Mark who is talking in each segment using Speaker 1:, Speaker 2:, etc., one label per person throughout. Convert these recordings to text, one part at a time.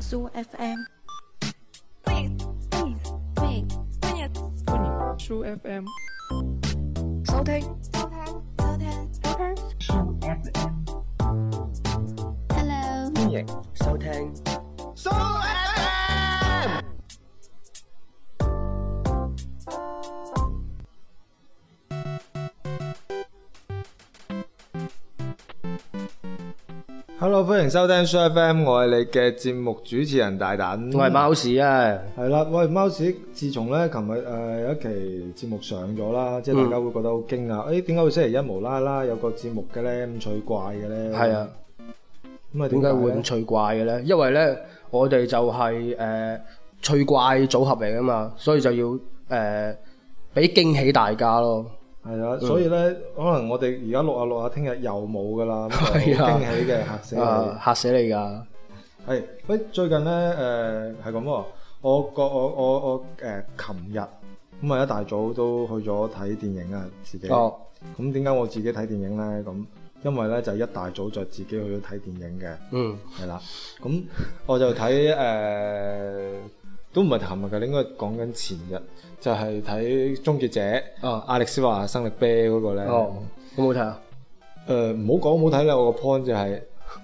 Speaker 1: 蘇 FM。
Speaker 2: 歡迎歡迎歡迎歡迎
Speaker 3: 歡迎 Soo FM
Speaker 2: 收聽收聽收聽收聽
Speaker 1: Hello，
Speaker 4: 歡迎收聽。Hello，歡迎收聽 Show FM，我係你嘅節目主持人大躉。
Speaker 3: 我係貓屎啊！
Speaker 4: 係啦，喂，貓屎，自從咧琴日誒有一期節目上咗啦，即係大家會覺得好驚
Speaker 3: 嗯
Speaker 4: 訝，誒點解會星期一無啦啦有個節目嘅咧？咁趣怪嘅咧？
Speaker 3: 係啊，
Speaker 4: 咁啊
Speaker 3: 點解會
Speaker 4: 咧
Speaker 3: 咁趣怪嘅咧？因為咧，我哋就係、誒、趣怪組合嚟噶嘛，所以就要誒俾、驚喜大家咯。
Speaker 4: 係
Speaker 3: 嗯
Speaker 4: 啊，所以咧，可能我哋而家錄下錄下，聽日又冇噶 啦，咁就
Speaker 3: 係啊
Speaker 4: 好驚喜 嘅，嚇死你！
Speaker 3: 啊，嚇死你㗎！
Speaker 4: 係，喂，最近咧，誒係咁喎，我個我我我誒，琴日咁啊一大早都去咗睇電影啊，自己。
Speaker 3: 哦，
Speaker 4: 咁點解我自己睇電影咧？咁因為咧就一大早就自己去咗睇電影嘅，
Speaker 3: 嗯，
Speaker 4: 係啦。咁我就睇誒、呃都唔係琴日嘅，應該講緊前日，就係睇《終結者》
Speaker 3: 哦
Speaker 4: 亞歷斯華生力啤嗰個咧。
Speaker 3: 哦，好唔好睇啊？
Speaker 4: 誒唔好講唔好睇啦，我個 point 就係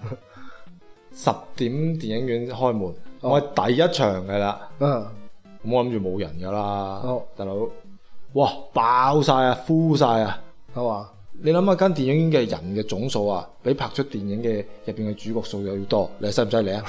Speaker 4: 十點電影院開門，
Speaker 3: 哦
Speaker 4: 我係第一場㗎啦，
Speaker 3: 嗯，
Speaker 4: 咁我諗住冇人㗎啦，
Speaker 3: 哦
Speaker 4: 大佬，哇爆晒啊，full 晒啊！
Speaker 3: 好啊，
Speaker 4: 你諗下間電影院嘅人嘅總數啊，比拍出電影嘅入邊嘅主角數又要多，你犀唔犀利 啊？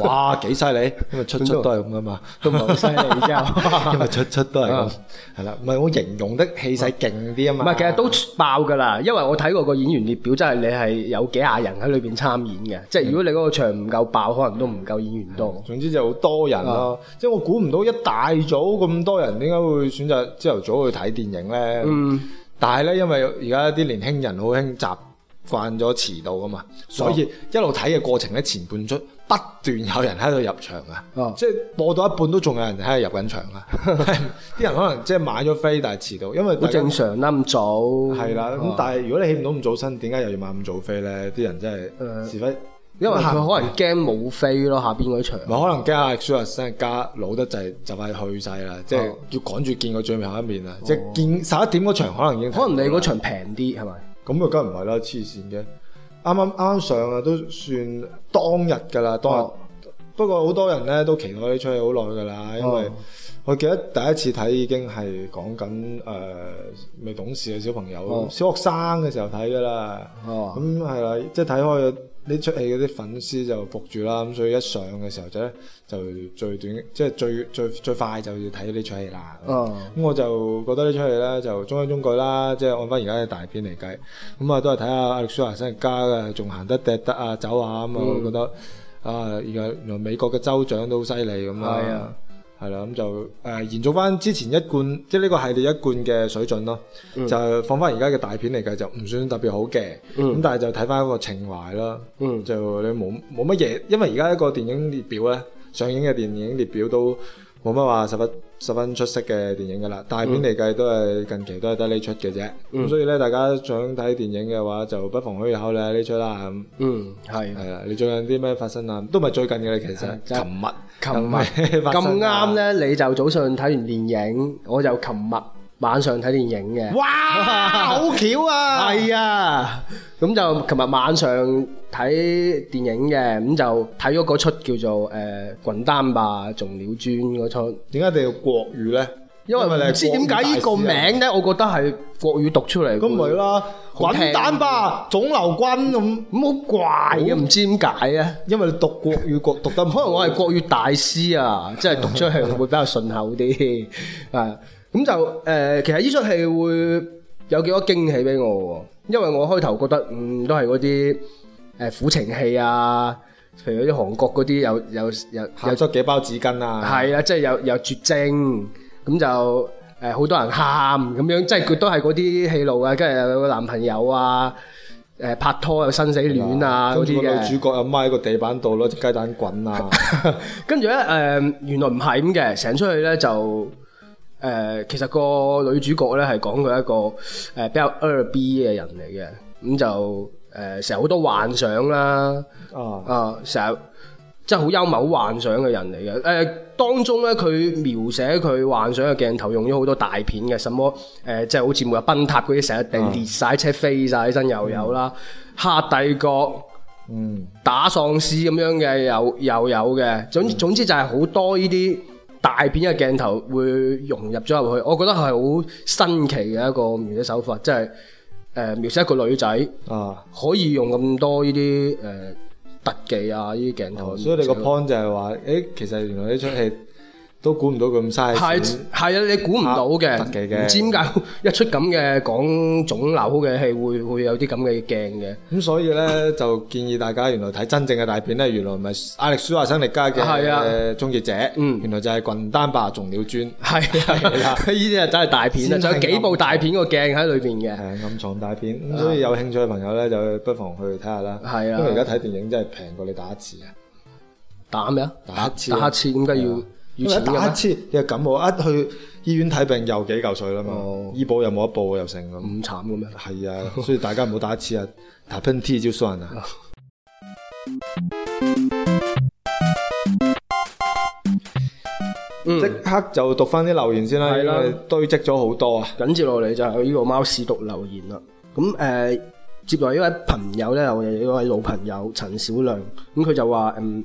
Speaker 4: 哇，幾犀利！因為出出都係咁噶嘛，
Speaker 3: 都唔係好犀利啫。
Speaker 4: 因為出出 都係 咁
Speaker 3: 啊，
Speaker 4: 係啦，唔係我形容得氣勢勁啲啊
Speaker 3: 唔
Speaker 4: 嘛。
Speaker 3: 係，其實都爆㗎啦，因為我睇過個演員列表，真係你係有幾廿人喺裏邊參演嘅，即係如果你嗰個場唔夠爆，可能都唔夠演員多。
Speaker 4: 總之就好多人咯，即係我估唔到一大早咁多人，點解會選擇朝頭早去睇電影呢？
Speaker 3: 嗯，
Speaker 4: 但係呢，因為而家啲年輕人好興習慣咗遲到啊嘛，所以一路睇嘅過程呢，前半出不斷有人喺度入場啊，
Speaker 3: 哦
Speaker 4: 即係播到一半都仲有人喺度入緊場啊， 啲人可能即係買咗飛但係遲到，因為大
Speaker 3: 好
Speaker 4: 家
Speaker 3: 正常啦，咁早。
Speaker 4: 係啦。咁
Speaker 3: 啊
Speaker 4: 但係如果你起唔到咁早身，點解又要買咁早飛呢？啲人真
Speaker 3: 誒
Speaker 4: 係是非，
Speaker 3: 因為
Speaker 4: 啊
Speaker 3: 佢可能驚冇飛咯，下邊嗰場。
Speaker 4: 咪可能驚阿 s u r 生啊加老得滯，就快去世啦，即係
Speaker 3: 哦
Speaker 4: 要趕住見佢最後一面啦。即係見十一點嗰場，可能已經
Speaker 3: 可能你嗰
Speaker 4: 嗰
Speaker 3: 場平啲係咪？
Speaker 4: 咁就梗唔係啦，黐線嘅。啱啱啱上啊，都算當日㗎啦，當日。
Speaker 3: 哦
Speaker 4: 不過好多人咧都期待呢出戲好耐㗎啦，因為
Speaker 3: 哦
Speaker 4: 我記得第一次睇已經係講緊誒呃未懂事嘅小朋友，
Speaker 3: 哦
Speaker 4: 小學生嘅時候睇㗎啦。
Speaker 3: 哦
Speaker 4: 咁係啦，即係睇開呢出戲嗰啲粉絲就伏住啦，咁所以一上嘅時候就咧就最短，即係最最最快就要睇呢出戲啦。咁
Speaker 3: 哦
Speaker 4: 咁我就覺得呢出戲咧就中規中矩啦，即係按翻而家嘅大片嚟計，咁啊都係睇下阿力舒華辛力加嘅，仲行得趯得啊走啊
Speaker 3: 嗯
Speaker 4: 咁啊，我覺得啊而家原來美國嘅州長都好犀利咁啦，
Speaker 3: 係啊，
Speaker 4: 係啦，咁就誒、延續翻之前一貫，即係呢個系列一貫嘅水準咯，就放翻而家嘅大片嚟計就唔算特別好嘅，咁、
Speaker 3: 嗯
Speaker 4: 但係就睇翻個情懷啦，
Speaker 3: 嗯
Speaker 4: 就你冇冇乜嘢，因為而家一個電影列表咧，上映嘅電影列表都冇乜話十分十分出色嘅電影噶啦，大片嚟計都係近期都係得呢出嘅啫，咁、所以咧大家想睇電影嘅話，就不妨可以考慮下呢出啦。咁
Speaker 3: 嗯，係。
Speaker 4: 係啦，你最近啲咩發生啊？都唔係最近嘅啦，其實，
Speaker 3: 真
Speaker 4: 琴
Speaker 3: 係
Speaker 4: 日，
Speaker 3: 琴
Speaker 4: 有
Speaker 3: 日
Speaker 4: 咩發生
Speaker 3: 咁
Speaker 4: 啊
Speaker 3: 啱，咧，你就早上睇完電影，我就琴日晚上睇電影嘅。
Speaker 4: 哇，好巧啊！
Speaker 3: 係啊，咁就琴日晚上睇電影嘅，咁就睇咗嗰出叫做誒《滾蛋吧，仲鳥專》嗰出。
Speaker 4: 點解一定要國語咧？
Speaker 3: 因為
Speaker 4: 你係
Speaker 3: 唔知點解呢個
Speaker 4: 國語大師啊
Speaker 3: 名咧，我覺得係國語讀出嚟。
Speaker 4: 咁唔係啦，
Speaker 3: 好聽
Speaker 4: 滾蛋吧，腫瘤君咁。
Speaker 3: 咁好怪
Speaker 4: 哦
Speaker 3: 嘅，唔知點解啊？
Speaker 4: 因為你讀國語國讀得唔好，
Speaker 3: 可能我係國語大師 啊，即係讀出嚟會比較順口啲 啊。咁就誒、呃其實呢出戲會有幾多驚喜俾我喎，因為我開頭覺得嗯都係嗰啲誒苦情戲啊，譬如嗰啲韓國嗰啲有有有有
Speaker 4: 有咗幾包紙巾啊，
Speaker 3: 係啊，即係有有絕症，咁就呃誒好、多人喊咁樣，即係佢都係嗰啲戲路啊，跟住有個男朋友啊，誒、拍拖有生死戀啊嗰
Speaker 4: 跟住個
Speaker 3: 啲
Speaker 4: 女
Speaker 3: 嘅。
Speaker 4: 主角阿媽喺個地板度攞隻雞蛋滾 啊，
Speaker 3: 跟住咧，誒、原來唔係咁嘅，成出戲咧就誒、其實個女主角咧係講佢一個誒、比較二 B 嘅人嚟嘅，呃咁就誒成日好多幻想啦，
Speaker 4: 啊，
Speaker 3: 啊成日真係好幽默、好幻想嘅人嚟嘅。誒、呃當中咧佢描寫佢幻想嘅鏡頭用咗好多大片嘅，什麼誒、即係好似每日崩塌嗰啲，成日地裂晒車飛晒起身又有啦，黑帝國。
Speaker 4: 嗯，
Speaker 3: 打喪屍咁樣嘅又又有嘅，總
Speaker 4: 嗯
Speaker 3: 總之就係好多呢啲大片嘅鏡頭會融入咗入去，我覺得係好新奇嘅一個描寫手法，即係誒、呃描寫一個女仔
Speaker 4: 啊，
Speaker 3: 可以用咁多呢啲誒特技啊呢啲鏡頭、
Speaker 4: 哦所以你個 point 就係話，誒，其實原來呢出戲都估唔到咁嘥
Speaker 3: 係
Speaker 4: 錢，
Speaker 3: 係啊，你估唔到嘅，
Speaker 4: 特技嘅
Speaker 3: 唔知點解一出咁嘅講腫瘤嘅戲會會有啲咁嘅鏡 嘅。
Speaker 4: 咁所以咧就建議大家原來睇真正嘅大片咧，原來唔係亞力舒華辛力加嘅
Speaker 3: 係啊
Speaker 4: 誒終結者，
Speaker 3: 嗯
Speaker 4: 原來就係郡丹霸仲了尊，
Speaker 3: 係啊係啦，呢啲就真係大片啦，
Speaker 4: 先係
Speaker 3: 仲有幾部大片個鏡喺裏邊嘅。
Speaker 4: 係暗藏大片，咁所以有興趣嘅朋友咧就不妨去睇下啦。
Speaker 3: 係啊
Speaker 4: 因為而家睇電影真係平過你打一次啊！
Speaker 3: 打咩啊？
Speaker 4: 打乞嗤啊
Speaker 3: 打乞嗤點解要
Speaker 4: 因
Speaker 3: 要
Speaker 4: 為
Speaker 3: 錢嘅
Speaker 4: 打一
Speaker 3: 咩？
Speaker 4: 次你又感冒，一去醫院睇病又幾嚿水啦嘛
Speaker 3: 哦，嗯
Speaker 4: 醫保又冇得報又成咁。
Speaker 3: 咁慘嘅咩？
Speaker 4: 係啊， 所以大家唔好打一次啊，打噴嚏就算啦。即
Speaker 3: 嗯，
Speaker 4: 刻就讀翻啲留言先啦，
Speaker 3: 係
Speaker 4: 因
Speaker 3: 啦
Speaker 4: 為堆積咗好多啊。
Speaker 3: 緊接落嚟就係呢個貓屎讀留言啦。咁誒、呃接落嚟呢位朋友咧，我哋呢位老朋友陳小亮，咁佢就話嗯。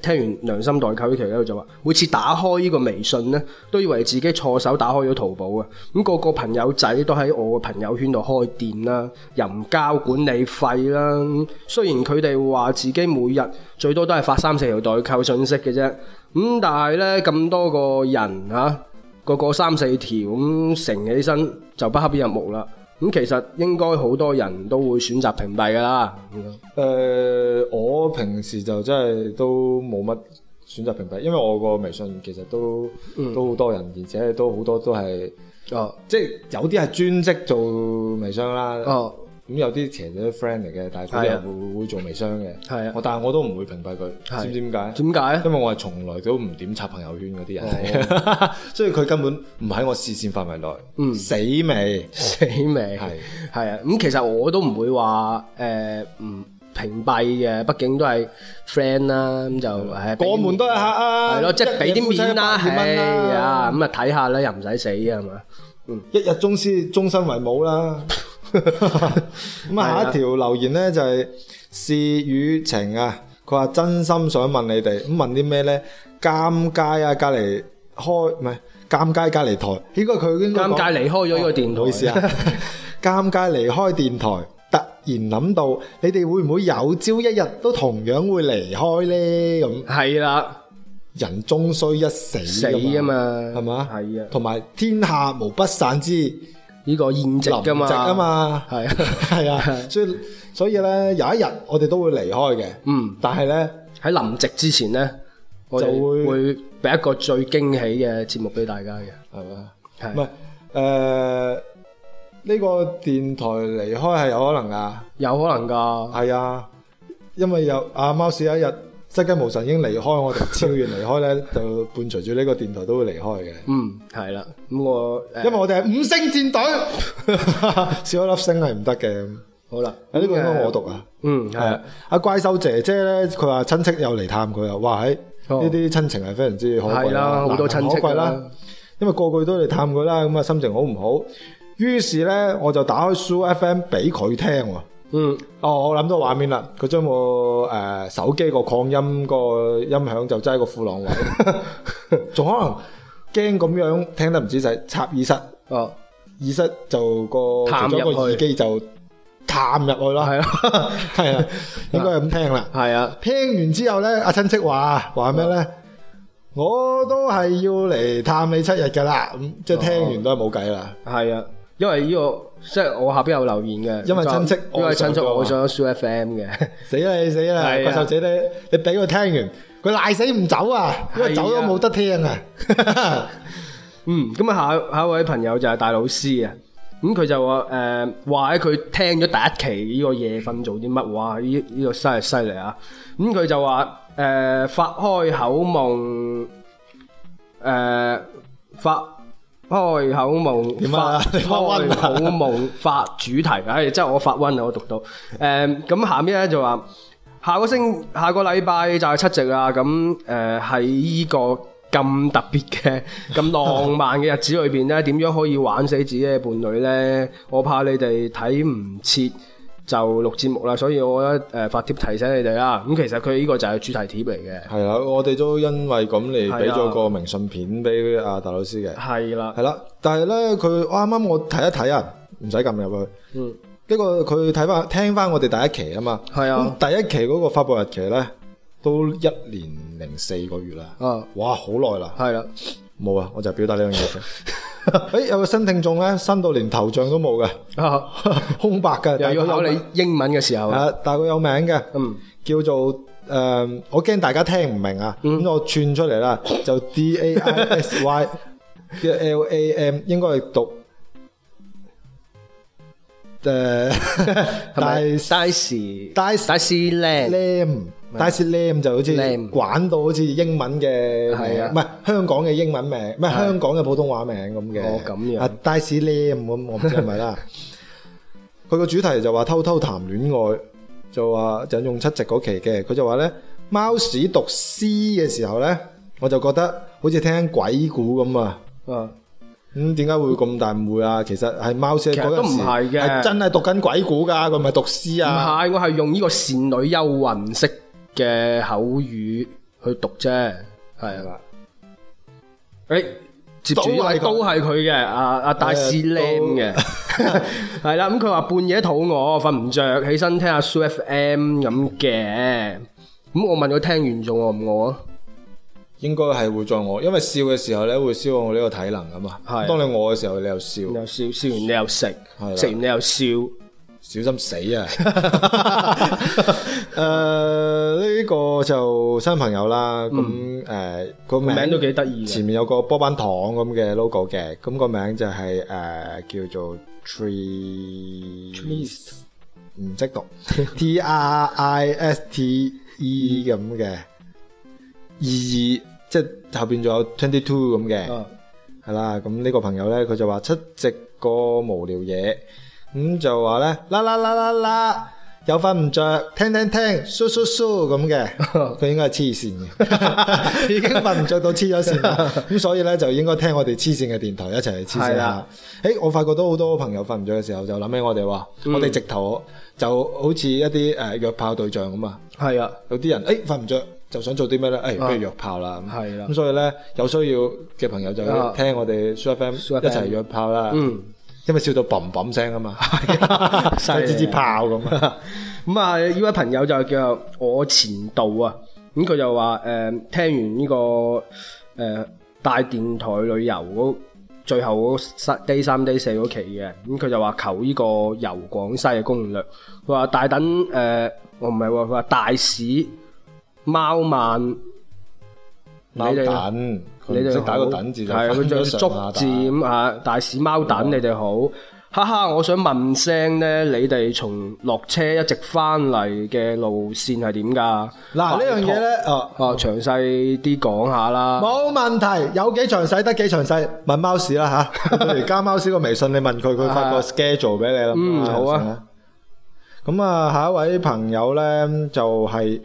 Speaker 3: 聽完良心代購呢期咧，佢就話每次打開呢個微信呢，都以為自己錯手打開咗淘寶啊！咁、個個朋友仔都喺我嘅朋友圈度開店啦，又唔交管理費啦。咁雖然佢哋話自己每日最多都係發三四條代購信息嘅啫，咁但係呢，咁多個人嚇、啊個個三四條咁成起身就不堪入目啦。咁其實應該好多人都會選擇屏蔽噶啦。咁樣
Speaker 4: 誒、呃我平時就真係都冇乜選擇屏蔽，因為我個微信其實都、
Speaker 3: 嗯
Speaker 4: 都好多人，而且都好多都係
Speaker 3: 哦
Speaker 4: 即係有啲係專職做微商啦。
Speaker 3: 哦，
Speaker 4: 咁有啲其實都 friend 嚟嘅，但係佢
Speaker 3: 係
Speaker 4: 又
Speaker 3: 啊
Speaker 4: 會會做微商嘅。
Speaker 3: 係啊
Speaker 4: 我但係我都唔會屏蔽佢，
Speaker 3: 係
Speaker 4: 知唔知點解？
Speaker 3: 點解咧？啊
Speaker 4: 因為我係從來都唔點刷朋友圈嗰啲人嚟嘅， 所以佢根本唔喺我視線範圍內。
Speaker 3: 哦嗯
Speaker 4: 死未？
Speaker 3: 死未？
Speaker 4: 係
Speaker 3: 係啊，咁其實我都唔會話誒唔屏蔽嘅，畢竟都係 friend 啦，咁就係
Speaker 4: 過門都係客啊！
Speaker 3: 係咯，即係俾啲面啦，
Speaker 4: 一夜夫妻一百二
Speaker 3: 係
Speaker 4: 蚊啦
Speaker 3: 啊，咁啊睇下啦，又唔使死啊，係嘛？
Speaker 4: 一日宗師，終 身為母啦。咁啊，下一條留言呢，就係、事與情啊，佢話真心想問你哋，咁問啲咩呢？尷尬啊，隔離開唔係尷尬隔離台，應該佢應該
Speaker 3: 尷
Speaker 4: 講
Speaker 3: 尬離開咗呢個電
Speaker 4: 唔
Speaker 3: 台，
Speaker 4: 好意思 啊，尷尬離開電台，突然諗到你哋會唔會有朝一日都同樣會離開呢？咁
Speaker 3: 係啦，
Speaker 4: 人終須一死
Speaker 3: 死
Speaker 4: 㗎
Speaker 3: 啊嘛，
Speaker 4: 係嘛？
Speaker 3: 係啊，
Speaker 4: 同埋天下無不散之
Speaker 3: 呢個現值噶
Speaker 4: 林夕啊
Speaker 3: 嘛，
Speaker 4: 嘛，
Speaker 3: 係啊，
Speaker 4: 係啊，所以所以咧有一日我哋都會離開嘅，
Speaker 3: 嗯，
Speaker 4: 但係咧
Speaker 3: 喺臨席之前咧，我哋
Speaker 4: 就會
Speaker 3: 會俾一個最驚喜嘅節目俾大家嘅，
Speaker 4: 係嘛，唔係
Speaker 3: 係
Speaker 4: 誒呢個電台離開係有可能噶，
Speaker 3: 有可能㗎，
Speaker 4: 係啊，因為有阿貓屎有一日失驚無神已經離開我哋，超越離開咧 就伴隨住呢個電台都會離開嘅。
Speaker 3: 嗯，係啦，咁我誒
Speaker 4: 因為我哋係五星戰隊， 少一粒星係唔得嘅。
Speaker 3: 好啦，
Speaker 4: 啊呢個應該我讀啊。
Speaker 3: 嗯，
Speaker 4: 系
Speaker 3: 係啊
Speaker 4: 啊，阿怪獸姐姐咧，佢話親戚又嚟探佢啊，哇！喺
Speaker 3: 哦
Speaker 4: 呢啲親情係非常之可貴啊
Speaker 3: 係啦啊好啊多
Speaker 4: 難能
Speaker 3: 親戚
Speaker 4: 可貴
Speaker 3: 㗎啦
Speaker 4: 啦，因為個個都嚟探佢啦，咁啊心情好唔好？於是咧，我就打開 Soo FM 俾佢聽喎。
Speaker 3: 嗯，
Speaker 4: 哦，我諗到畫面啦，佢將我誒、呃手機個擴音個音響就擠喺個褲浪位， 仲可能驚咁樣聽得唔仔細，插耳塞，
Speaker 3: 哦，
Speaker 4: 耳塞就個
Speaker 3: 探
Speaker 4: 其中一個
Speaker 3: 入
Speaker 4: 耳
Speaker 3: 去
Speaker 4: 機就探入去啦，
Speaker 3: 係啊，
Speaker 4: 係啊，應該 係咁聽啦。
Speaker 3: 係啊，
Speaker 4: 聽完之後咧，阿親戚話話咩咧？我都係要嚟探你七日噶啦，咁即係聽完都係冇計啦。
Speaker 3: 係啊，因為呢個即係我下邊有留言嘅，
Speaker 4: 因為親戚
Speaker 3: 因為親戚
Speaker 4: 我
Speaker 3: 我
Speaker 4: 上
Speaker 3: 上咗啊 Soo FM 嘅，
Speaker 4: 死啦你死啦，
Speaker 3: 係
Speaker 4: 怪
Speaker 3: 啊
Speaker 4: 獸仔咧，你俾佢聽完，佢賴死唔走啊，因為
Speaker 3: 係啊
Speaker 4: 走都冇得聽 啊。
Speaker 3: 嗯，咁啊下下一位朋友就係大老師啊。咁佢就話誒話喺佢聽咗第一期呢個夜瞓做啲乜，哇！呢呢個真係犀利啊！咁佢就話誒、發開口夢，誒、呃發開口夢，
Speaker 4: 點啊
Speaker 3: 發
Speaker 4: 你發瘟啊
Speaker 3: 開口呃夢發主題，唉、真係我發瘟啊！我讀到誒咁、下面咧就話下個星下個禮拜就係七夕啦，咁誒喺呢個咁特別嘅、咁浪漫嘅日子裏邊咧，點樣可以玩死自己嘅伴侶咧？我怕你哋睇唔切就錄節目啦，所以我覺得誒呃發帖提醒你哋啦。咁其實佢呢個就係主題貼嚟嘅，
Speaker 4: 係啦，我哋都因為咁嚟俾
Speaker 3: 係
Speaker 4: 咗
Speaker 3: 啊
Speaker 4: 個明信片俾阿大老師嘅。
Speaker 3: 係啦，
Speaker 4: 係啦，但係咧佢我啱啱我睇一睇啊，唔使撳入去。
Speaker 3: 嗯，
Speaker 4: 呢個佢睇翻聽翻我哋第一期啊嘛。
Speaker 3: 係啊，
Speaker 4: 咁第一期嗰個發布日期咧，都一年零四個月啦。
Speaker 3: 啊，
Speaker 4: 哇，好耐啦。
Speaker 3: 係啦，
Speaker 4: 冇啊，我就表達呢樣嘢 啫。誒、有個新聽眾咧，新到連頭像都冇嘅，
Speaker 3: 啊
Speaker 4: 空白嘅。
Speaker 3: 又
Speaker 4: 但係佢有
Speaker 3: 要考你英文嘅時候啊，
Speaker 4: 啊，但係佢有名嘅，
Speaker 3: 嗯，
Speaker 4: 叫做誒、我驚大家聽唔明啊，咁、我串出嚟啦，就 D A I S Y 叫 L A M，應該係讀誒
Speaker 3: 係咪
Speaker 4: 大
Speaker 3: Dice
Speaker 4: 大
Speaker 3: Dice Land
Speaker 4: Lam。但是 Lam 就好似
Speaker 3: Lam
Speaker 4: 玩到好似英文嘅
Speaker 3: 係啊
Speaker 4: 名，唔係香港嘅英文名，唔係香港嘅普通話名咁嘅。
Speaker 3: 哦咁樣
Speaker 4: 啊，但是 Lam 咁，我唔知係 咪啦。佢個主題就話偷偷談戀愛，就話引用七夕嗰期嘅，佢就話咧貓屎讀詩嘅時候咧，我就覺得好似聽緊鬼故咁啊！
Speaker 3: 啊，
Speaker 4: 咁點解會咁大誤會啊？其實係貓屎
Speaker 3: 其實
Speaker 4: 嗰
Speaker 3: 都
Speaker 4: 陣
Speaker 3: 唔
Speaker 4: 時
Speaker 3: 係嘅
Speaker 4: 係真係讀緊鬼故㗎，佢唔係讀詩
Speaker 3: 唔
Speaker 4: 啊。
Speaker 3: 係，我係用呢個倩女幽魂式嘅口語去讀啫，係啦。誒，接住呢
Speaker 4: 都係
Speaker 3: 位
Speaker 4: 佢
Speaker 3: 都係佢嘅，阿阿大師
Speaker 4: 誒
Speaker 3: Lam 嘅， 係啦。咁佢話半夜肚餓，瞓唔着，起身聽下 Soo FM 咁嘅。咁我問佢聽完仲餓唔餓啊？
Speaker 4: 應該係會再餓，因為笑嘅時候咧會消耗我呢個體能啊嘛。
Speaker 3: 係
Speaker 4: 當你餓嘅時候，你又笑，
Speaker 3: 然後笑笑完你又食，
Speaker 4: 係啦
Speaker 3: 食完你又笑，
Speaker 4: 小心死 啊！誒呃呢個就新朋友啦，咁誒個
Speaker 3: 個名都幾得意
Speaker 4: 前
Speaker 3: 嘅。
Speaker 4: 面有個波板糖咁嘅 logo 嘅，咁個名就係誒叫做 tree，唔識讀 T R I S T E 咁嘅，二二即係後邊仲有 twenty two 咁嘅。
Speaker 3: 啊
Speaker 4: 係啦，咁呢個朋友咧，佢就話七夕個無聊嘢，咁就話咧啦啦啦啦啦，有瞓唔着，聽聽聽，蘇蘇蘇咁 嘅，佢應該係黐線嘅，已經瞓唔着到黐咗線 啦，咁所以咧就應該聽我哋黐線嘅電台一齊去黐線
Speaker 3: 係
Speaker 4: 啦
Speaker 3: 啦。
Speaker 4: 誒，我發覺到好多朋友瞓唔着嘅時候就諗起我哋話，
Speaker 3: 嗯
Speaker 4: 我哋直頭就好似一啲誒約炮對象咁啊。
Speaker 3: 係啊，
Speaker 4: 有啲人哎誒瞓唔着，就想做啲咩咧？誒、不如約炮啦。咁
Speaker 3: 係啦
Speaker 4: 咁所以咧有需要嘅朋友就
Speaker 3: 啊
Speaker 4: 聽我哋 s u FM
Speaker 3: 蘇
Speaker 4: 一
Speaker 3: FM
Speaker 4: 齊約炮啦。
Speaker 3: 嗯。
Speaker 4: 因為笑到砰砰聲啊嘛，
Speaker 3: 犀利啊
Speaker 4: 細支支炮咁啊。
Speaker 3: 咁啊，呢位朋友就叫我前度啊，咁佢就話誒、呃聽完呢、個誒、大電台旅遊嗰最後嗰三 day 三 day 四嗰期嘅，咁佢就話求呢個遊廣西嘅攻略，佢話大等誒、我唔係喎，佢話大使貓慢。你
Speaker 4: 貓
Speaker 3: 哋
Speaker 4: 等，佢
Speaker 3: 你
Speaker 4: 唔
Speaker 3: 哋
Speaker 4: 識
Speaker 3: 好
Speaker 4: 打個等字就
Speaker 3: 係佢
Speaker 4: 分咗
Speaker 3: 仲要
Speaker 4: 上下
Speaker 3: 捉
Speaker 4: 打
Speaker 3: 字咁啊！大屎貓蛋，你哋好，哈哈！我想問聲咧，你哋從落車一直翻嚟嘅路線係點㗎？
Speaker 4: 嗱呢樣嘢咧，哦。
Speaker 3: 哦，詳細啲講下啦。
Speaker 4: 冇問題，有幾詳細得幾詳細，問貓屎 啦吓。佢而家貓屎個微信，你問佢，佢發個 schedule 俾你啦。
Speaker 3: 嗯好啊
Speaker 4: 係咪。咁啊，下一位朋友咧就係、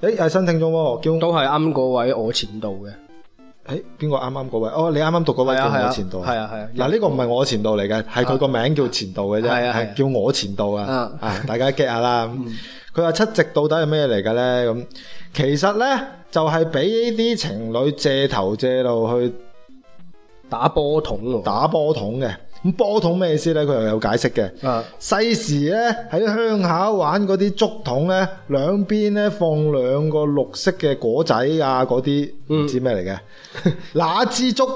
Speaker 4: 誒係新聽眾喎，叫
Speaker 3: 都係啱嗰位我前度嘅，
Speaker 4: 誒邊個啱啱嗰位？哦，你啱啱讀嗰位
Speaker 3: 係
Speaker 4: 叫
Speaker 3: 啊係
Speaker 4: 我
Speaker 3: 啊
Speaker 4: 前度，
Speaker 3: 係啊係啊
Speaker 4: 嗱呢個唔係我前度嚟嘅，係佢個名叫前度嘅啫，
Speaker 3: 係啊係啊
Speaker 4: 係叫我前度啊
Speaker 3: 啊！
Speaker 4: 啊，大家 get 下啦。佢話七夕到底係咩嚟嘅咧？咁其實咧就係俾呢啲情侶借頭借路去。
Speaker 3: 打波筒喎。
Speaker 4: 打波筒嘅。咁波筒咩意思呢？佢又有解釋嘅。
Speaker 3: 啊，
Speaker 4: 細時呢，喺鄉下玩嗰啲竹筒呢，兩邊呢放兩個綠色嘅果仔啊，嗰啲唔知咩嚟嘅。 哪支竹，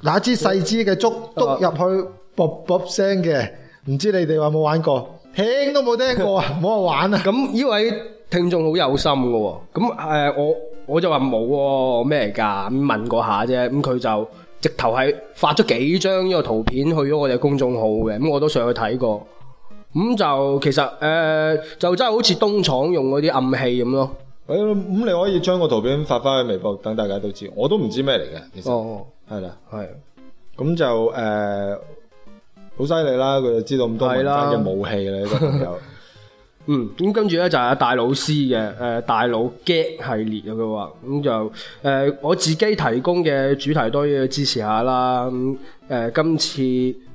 Speaker 4: 哪支細支嘅竹篤入去，卜卜聲嘅。唔知你哋有冇玩過？聽都冇聽過 啊！唔好話玩啊！
Speaker 3: 咁呢位聽眾好有心嘅喎。咁誒、我我就話冇喎，咩嚟㗎？咁問過下啫。咁佢就直頭係發咗幾張呢個圖片去咗我哋公眾號嘅。咁我都上去睇過。咁就其實誒、就真係好似東廠用嗰啲暗器咁咯。
Speaker 4: 誒咁你可以將個圖片發翻去微博，等大家都知。我都唔知咩嚟嘅，其實
Speaker 3: 哦，
Speaker 4: 係啦。
Speaker 3: 係
Speaker 4: 咁就誒好犀利啦！佢就知道咁多民間
Speaker 3: 係啦
Speaker 4: 嘅武器啦，呢個朋友。
Speaker 3: 嗯，咁跟住咧就係阿大老師嘅誒、呃大佬 get 系列啊，佢話咁就誒、呃我自己提供嘅主題都要支持下啦。咁、呃今次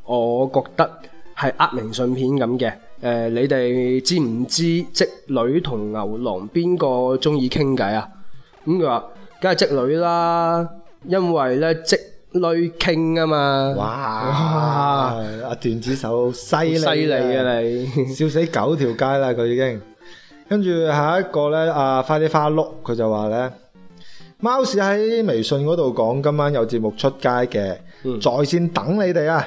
Speaker 3: 我覺得係呃明信片咁嘅。誒、你哋知唔知織女同牛郎邊個中意傾偈啊？咁佢話梗係織女啦，因為咧織女傾啊嘛。
Speaker 4: 哇！啊阿段子手犀利，
Speaker 3: 犀利啊你！
Speaker 4: 笑死九條街啦佢已經。跟住下一個咧，啊快啲花碌佢就話咧，貓屎喺微信嗰度講今晚有節目出街嘅，
Speaker 3: 嗯
Speaker 4: 在線等你哋啊！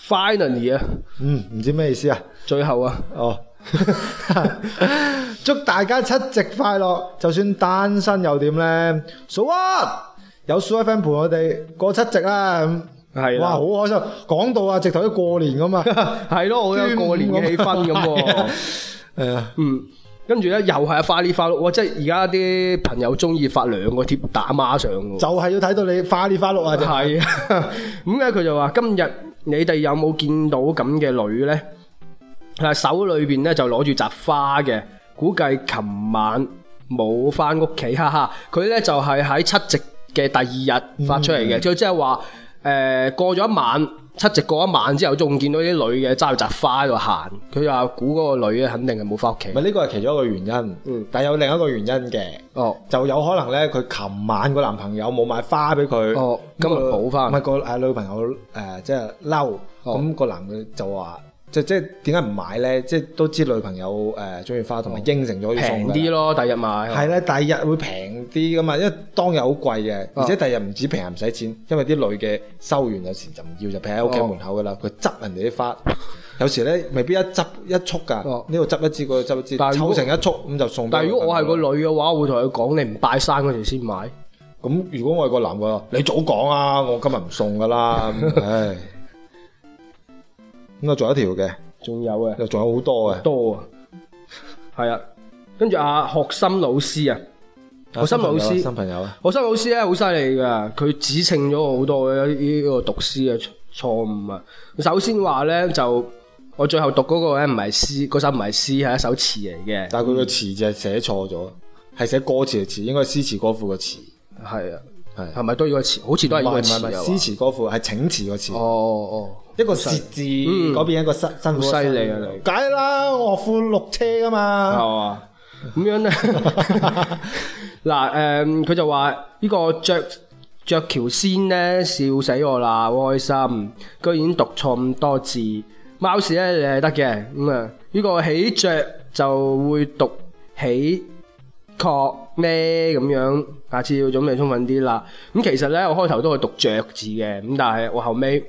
Speaker 3: Finally 啊，
Speaker 4: 嗯，唔知咩意思啊？
Speaker 3: 最後啊，
Speaker 4: 哦， 祝大家七夕快樂！就算單身又點咧？數啊！有數 FM 陪我哋過七夕啦！咁
Speaker 3: 係
Speaker 4: 哇，
Speaker 3: 啦
Speaker 4: 好。開心！講到啊，直頭都過年咁啊！
Speaker 3: 系咯，好有過年嘅氣氛咁喎。
Speaker 4: 係啊，
Speaker 3: 嗯，跟住咧又係花呢花碌，哇！即係而家啲朋友中意發兩個貼打孖上嘅
Speaker 4: 就
Speaker 3: 喎。
Speaker 4: 係要睇到你花里花碌啊！就
Speaker 3: 係啊， 咁咧佢就話：今日你哋有冇見到咁嘅女咧？啊，手裏邊咧就攞住扎花嘅，估計琴晚冇翻屋企，哈哈！佢咧就係喺七夕嘅第二
Speaker 4: 嗯
Speaker 3: 日發出嚟嘅，佢即係話誒過咗一晚，七夕過一晚之後，仲見到啲女嘅揸住扎花喺度行，佢話估嗰個女咧肯定係冇翻屋企
Speaker 4: 咪。呢個係其中一個原因，
Speaker 3: 嗯
Speaker 4: 但有另一個原因嘅，
Speaker 3: 哦，
Speaker 4: 就有可能咧，佢琴晚個男朋友冇買花俾佢，
Speaker 3: 哦今日補返
Speaker 4: 唔係個誒女朋友誒即係嬲，
Speaker 3: 哦
Speaker 4: 咁個男嘅就話。即即點解唔買咧？即都知女朋友誒中意花，同埋應承咗要送
Speaker 3: 哦平
Speaker 4: 㗎
Speaker 3: 啲咯，第日買。
Speaker 4: 係啦，第二日會平啲噶嘛，因為當日好貴嘅，而
Speaker 3: 哦
Speaker 4: 且第二日唔止平唔使錢，因為啲女嘅收完有時就唔要，就劈喺屋企門口噶啦，
Speaker 3: 哦
Speaker 4: 佢執人哋啲花。有時咧，未必一執一束㗎，
Speaker 3: 哦
Speaker 4: 呢度執一支，嗰度執一支，
Speaker 3: 但係如
Speaker 4: 湊
Speaker 3: 果
Speaker 4: 成一束咁就送俾
Speaker 3: 但
Speaker 4: 朋
Speaker 3: 係
Speaker 4: 友
Speaker 3: 如
Speaker 4: 啦。
Speaker 3: 果我係個女嘅話，我會同佢講：你唔拜山嗰條先買。
Speaker 4: 咁如果我係個男嘅，你早講啊！我今日唔送噶啦， 咁唉。咁啊，仲有一條嘅，
Speaker 3: 仲有啊嘅。
Speaker 4: 又仲有好多嘅。
Speaker 3: 多啊，系啊。跟住阿學森老師啊，學森老師，
Speaker 4: 新朋友啊，
Speaker 3: 學森老師咧好犀利噶，佢指正咗我好多嘅呢個讀詩嘅錯誤啊。首先話咧就我最後讀嗰個咧唔係詩，嗰首唔係詩，係一首詞嚟嘅。
Speaker 4: 但係佢個詞就係寫錯咗，係寫歌詞嘅詞，應該係詩詞歌賦嘅詞，
Speaker 3: 係啊，
Speaker 4: 係。
Speaker 3: 係咪都要個詞？好似都係呢個
Speaker 4: 唔係唔係唔
Speaker 3: 詞
Speaker 4: 係
Speaker 3: 啊。
Speaker 4: 詩詞歌賦係請詞個詞，
Speaker 3: 哦哦
Speaker 4: 一個舌字嗰邊一個辛辛苦
Speaker 3: 好犀利啊你
Speaker 4: 梗係啦，我學富六車噶
Speaker 3: 哦，
Speaker 4: 嘛，
Speaker 3: 係嘛？咁樣咧，嗱誒，佢就話呢個着。着橋仙咧，笑死我啦！好開心，居然讀錯咁多字。貓屎咧，你係得嘅咁啊。呢、個起着就會讀起確咩咁樣，下次要準備充分啲啦。咁其實咧，我開頭都係讀着字嘅，咁但係我後尾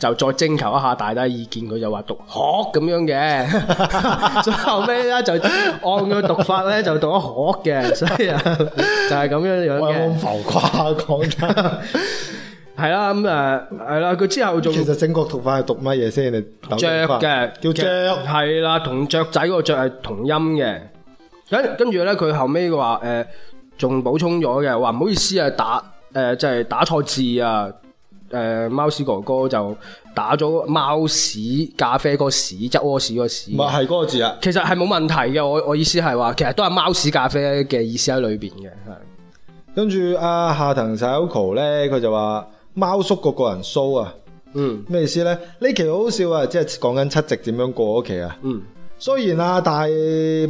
Speaker 3: 就再徵求一下大家意見，佢就話讀學咁樣嘅， 所以後尾咧就按佢讀法咧就讀咗學嘅，所以啊就係咁樣樣
Speaker 4: 我有冇咁。
Speaker 3: 嘅
Speaker 4: 浮誇講得？
Speaker 3: 系啦，咁诶系啦，佢之後仲
Speaker 4: 其實正確讀法係讀乜嘢先？你糾正
Speaker 3: 雀
Speaker 4: 返
Speaker 3: 嘅，
Speaker 4: 叫雀，
Speaker 3: 系啦，同雀仔嗰個雀係同音嘅。跟跟住咧，佢後尾話诶，仲、補充咗嘅，話唔好意思啊，打诶即係打錯字啊。誒貓屎哥哥就打咗貓屎咖啡嗰個屎，側屙屎嗰個屎
Speaker 4: 唔。係係嗰個字啊！
Speaker 3: 其實係冇問題嘅，我我意思係話，其實都係貓屎咖啡嘅意思喺裏邊嘅。係
Speaker 4: 跟住阿夏藤 Sayoko 咧，佢就話貓叔個個人騷啊，
Speaker 3: 嗯
Speaker 4: 咩意思咧？呢期好好笑啊，即係講緊七夕點樣過嗰期啊！
Speaker 3: 嗯，
Speaker 4: 雖然啊大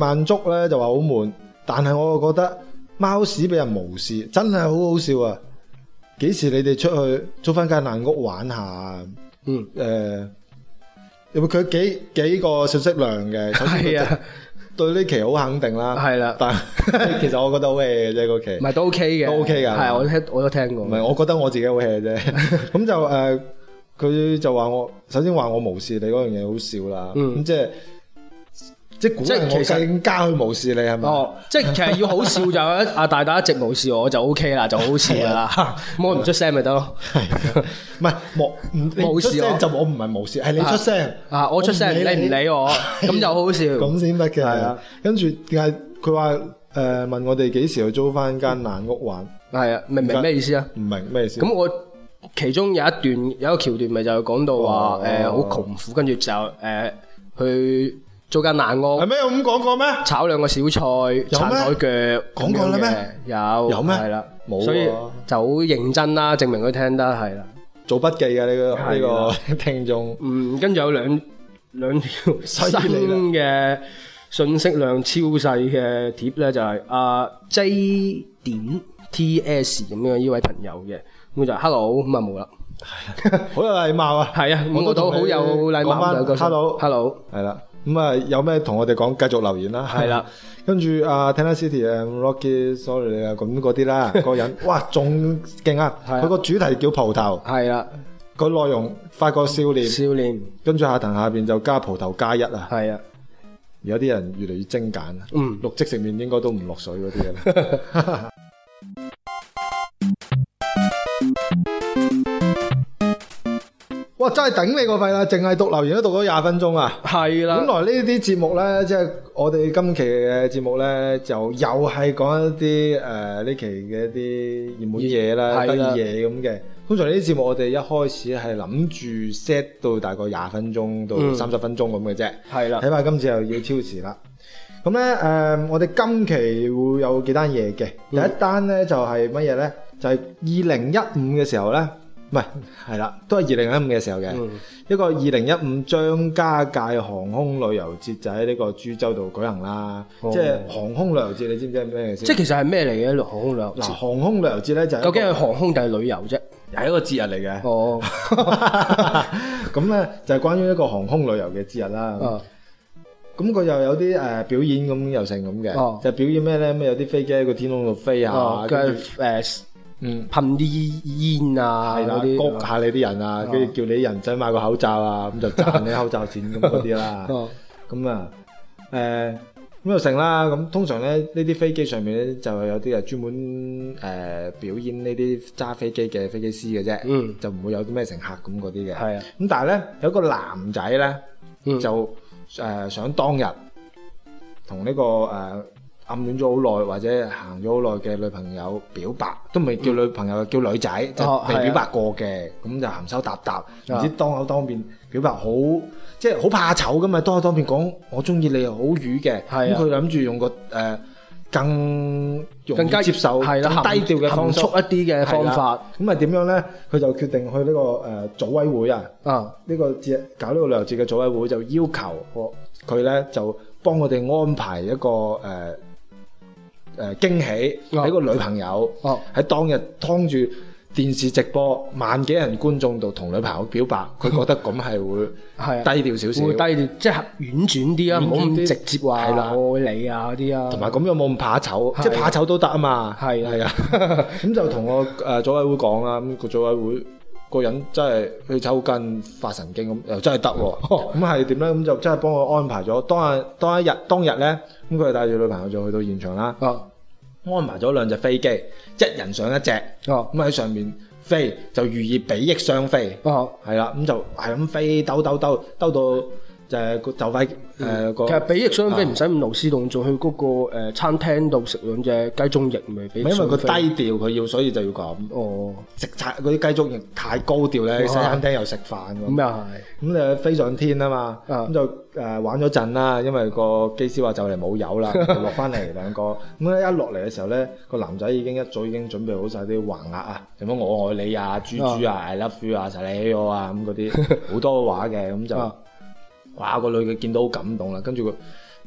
Speaker 4: 萬足咧就話好悶，但係我又覺得貓屎俾人無視真係好好笑啊！幾時你哋出去租翻間爛屋玩下啊？
Speaker 3: 嗯
Speaker 4: 誒、有冇佢幾幾個信息量嘅？首先佢
Speaker 3: 係啊，
Speaker 4: 對呢期好肯定啦。
Speaker 3: 係啊啦
Speaker 4: 但 其實我覺得好 hea 嘅啫嗰
Speaker 3: 唔
Speaker 4: 期，
Speaker 3: 係都 OK 嘅，
Speaker 4: 都 OK 㗎
Speaker 3: 係我聽我都聽過。
Speaker 4: 唔係我覺得我自己好 hea 啫。咁就誒，呃佢、就話我首先話我無視你嗰樣嘢好笑啦。咁、
Speaker 3: 嗯
Speaker 4: 即係即係鼓
Speaker 3: 即係
Speaker 4: 勵
Speaker 3: 其
Speaker 4: 我
Speaker 3: 實
Speaker 4: 更加去無視你係咪？
Speaker 3: 哦，即係其實要好笑就係阿大大一直無視我就 O K 啦，就好笑噶
Speaker 4: 啊
Speaker 3: 啦，咁我唔出聲咪得咯。
Speaker 4: 係 唔係無唔你
Speaker 3: 無
Speaker 4: 出
Speaker 3: 視我
Speaker 4: 聲就我唔係無視，係你出聲
Speaker 3: 啊，我出聲
Speaker 4: 唔
Speaker 3: 你唔理我，咁就好笑。
Speaker 4: 咁先得嘅。
Speaker 3: 係啊，
Speaker 4: 跟住但係佢話誒問我哋幾時去租翻間爛屋玩，
Speaker 3: 係啊，明唔明咩意思啊？
Speaker 4: 唔明咩意思？
Speaker 3: 咁我其中有一段有一個橋段咪就係講到話
Speaker 4: 哦
Speaker 3: 誒好窮苦，跟住就誒去租間爛屋
Speaker 4: 係。咩？有咁講過咩？
Speaker 3: 炒兩個小菜，撐海腳，
Speaker 4: 講過啦咩？
Speaker 3: 有
Speaker 4: 有咩
Speaker 3: 係啦，
Speaker 4: 冇喎啊
Speaker 3: 所以就好認真啦，證明佢聽得係啦。
Speaker 4: 做筆記嘅呢個
Speaker 3: 係啦
Speaker 4: 呢個聽眾，
Speaker 3: 嗯，跟住有兩兩條
Speaker 4: 犀
Speaker 3: 新
Speaker 4: 利啦
Speaker 3: 嘅信息量超細嘅貼咧，就係阿 J 點 T S 咁樣呢位朋友嘅，咁就 hello 咁啊冇啦。
Speaker 4: 好有禮貌啊！
Speaker 3: 係啊，咁我都好有禮貌
Speaker 4: 講
Speaker 3: 咁就
Speaker 4: 翻 hello
Speaker 3: 講 hello，
Speaker 4: 係啦，咁啊有咩同我哋講，繼續留言啦。
Speaker 3: 係啦，
Speaker 4: 跟住啊 t e n n e s City 啊，Rocky，sorry 啊，咁嗰啲 啦，個人哇仲勁啊！
Speaker 3: 係啊
Speaker 4: 佢個主題叫葡萄，
Speaker 3: 係啦，
Speaker 4: 個內容發個笑臉，
Speaker 3: 少年
Speaker 4: 跟住下層下邊就加葡萄加一啊！
Speaker 3: 係啊，
Speaker 4: 而家啲人越嚟越精簡啊，
Speaker 3: 嗯
Speaker 4: 綠即食面應該都唔落水嗰啲嘅啦。 哇！真係頂你個肺啦，淨係讀留言都讀咗廿分鐘啊！
Speaker 3: 係
Speaker 4: 本
Speaker 3: 啦，
Speaker 4: 來呢啲節目呢，即係我哋今期嘅節目呢，就又係講一啲誒呢期嘅一啲熱門嘢啦、
Speaker 3: 係
Speaker 4: 得意
Speaker 3: 啦
Speaker 4: 嘢咁嘅。通常呢啲節目我哋一開始係諗住 set 到大概廿分鐘到
Speaker 3: 嗯
Speaker 4: 三十分鐘咁嘅啫。
Speaker 3: 係啦，
Speaker 4: 睇怕今次又要超時啦。咁咧誒，我哋今期會有幾單嘢嘅。第一單咧就係乜嘢咧？就係二零一五嘅時候咧，唔係係啦，都係二零一五嘅時候嘅、
Speaker 3: 嗯
Speaker 4: 一個二零一五張家界航空旅遊節就喺呢個株洲度舉行啦。
Speaker 3: 哦
Speaker 4: 即係航空旅遊節，你知唔知係咩先？
Speaker 3: 即係其實係咩嚟嘅呢航空旅遊
Speaker 4: 嗱，
Speaker 3: 節？
Speaker 4: 航空旅遊節咧就係一個
Speaker 3: 究竟係航空定係旅遊 啫？
Speaker 4: 又係一個節日嚟嘅。
Speaker 3: 哦，
Speaker 4: 咁咧就係關於一個航空旅遊嘅節日啦。
Speaker 3: 啊
Speaker 4: 咁佢又有啲誒、呃表演咁又成咁嘅，
Speaker 3: 哦
Speaker 4: 就表演咩咧？咩有啲飛機喺個天空度飛啊
Speaker 3: 啊，，
Speaker 4: 跟
Speaker 3: 跟
Speaker 4: 住
Speaker 3: 住誒
Speaker 4: 嗯
Speaker 3: 噴啲煙啊，
Speaker 4: 係啦，
Speaker 3: 嗰啲哦
Speaker 4: 谷下你啲人啊，跟住叫你啲人仔買個口罩啊，咁就賺你口罩錢咁嗰啲啦。
Speaker 3: 哦
Speaker 4: 咁啊誒咁又成啦。咁通常咧呢啲飛機上面咧就有啲係啊專門誒、呃表演呢啲揸飛機嘅飛機師嘅啫，
Speaker 3: 嗯
Speaker 4: 就唔會有啲咩乘客咁嗰啲嘅。
Speaker 3: 係啊，
Speaker 4: 咁但係咧有個男仔咧。
Speaker 3: 嗯
Speaker 4: 就誒、呃想當日同呢、個誒、呃暗戀咗好耐或者行咗好耐嘅女朋友表白，都唔係叫女朋友，叫女仔，即係
Speaker 3: 嗯哦係
Speaker 4: 未
Speaker 3: 啊
Speaker 4: 表白過嘅，咁就含羞答答，唔知當口當面表白好，即係好怕醜噶嘛，當口當面講我中意你又好瘀嘅，咁
Speaker 3: 係啊
Speaker 4: 佢諗住用個誒。呃更容
Speaker 3: 更
Speaker 4: 易
Speaker 3: 加
Speaker 4: 接受、
Speaker 3: 係啦，
Speaker 4: 更
Speaker 3: 含
Speaker 4: 低調嘅方
Speaker 3: 含
Speaker 4: 式
Speaker 3: 蓄一啲嘅方
Speaker 4: 係啦
Speaker 3: 法
Speaker 4: 咁啊點樣咧？佢就決定去呢、個誒、呃、組委會啊，
Speaker 3: 啊，
Speaker 4: 呢個節搞呢個旅遊節嘅組委會就要求我佢咧就幫我哋安排一個誒誒、呃呃、驚喜
Speaker 3: 哦
Speaker 4: 俾個女朋友
Speaker 3: 哦
Speaker 4: 喺當日當住電視直播萬幾人觀眾度同女朋友表白，佢覺得咁係會呃
Speaker 3: 係啊
Speaker 4: 低調少
Speaker 3: 會低
Speaker 4: 少，
Speaker 3: 調，即係婉轉啲啊，
Speaker 4: 婉轉啲
Speaker 3: 唔好咁直接話
Speaker 4: 係啦
Speaker 3: 我愛你啊嗰啲啊，
Speaker 4: 同埋咁樣冇咁怕醜，
Speaker 3: 係
Speaker 4: 即係怕醜都得啊嘛。
Speaker 3: 係啊
Speaker 4: 係啊， 咁就同我誒組委會講啦，咁個組委會。個人真係去抽筋發神經咁，又真係得喎。咁係點咧？咁就真係幫我安排咗當日當一日當日咧，咁佢就帶住女朋友就去到現場啦，
Speaker 3: 哦
Speaker 4: 安排咗兩隻飛機，一人上一隻，咁
Speaker 3: 哦
Speaker 4: 喺上面飛就寓意比翼雙飛，
Speaker 3: 哦，
Speaker 4: 係啦，咁就係咁飛兜兜兜兜到就係個就快誒個。
Speaker 3: 其實比翼雙飛
Speaker 4: 啊
Speaker 3: 唔使咁勞師動眾，去嗰個誒餐廳度食兩隻雞中翼咪比
Speaker 4: 唔係因
Speaker 3: 翼
Speaker 4: 為
Speaker 3: 雙飛
Speaker 4: 佢低調，佢要所以就要咁
Speaker 3: 哦，
Speaker 4: 食太嗰啲雞粥亦太高調咧，西餐廳又食飯咁。
Speaker 3: 咁又係
Speaker 4: 咁你就飛上天啊嘛，
Speaker 3: 啊
Speaker 4: 咁就誒玩咗陣啦，因為個機師話就嚟冇油 啦，就落翻嚟兩個，咁咧一落嚟嘅時候咧，個男仔已經一早已經準備好晒啲橫額啊，什麼我愛你啊、豬豬啊、I love you 啊、實你我啊咁嗰啲 好多話嘅，咁就
Speaker 3: 啊
Speaker 4: 哇個女嘅見到好感動啦，跟住佢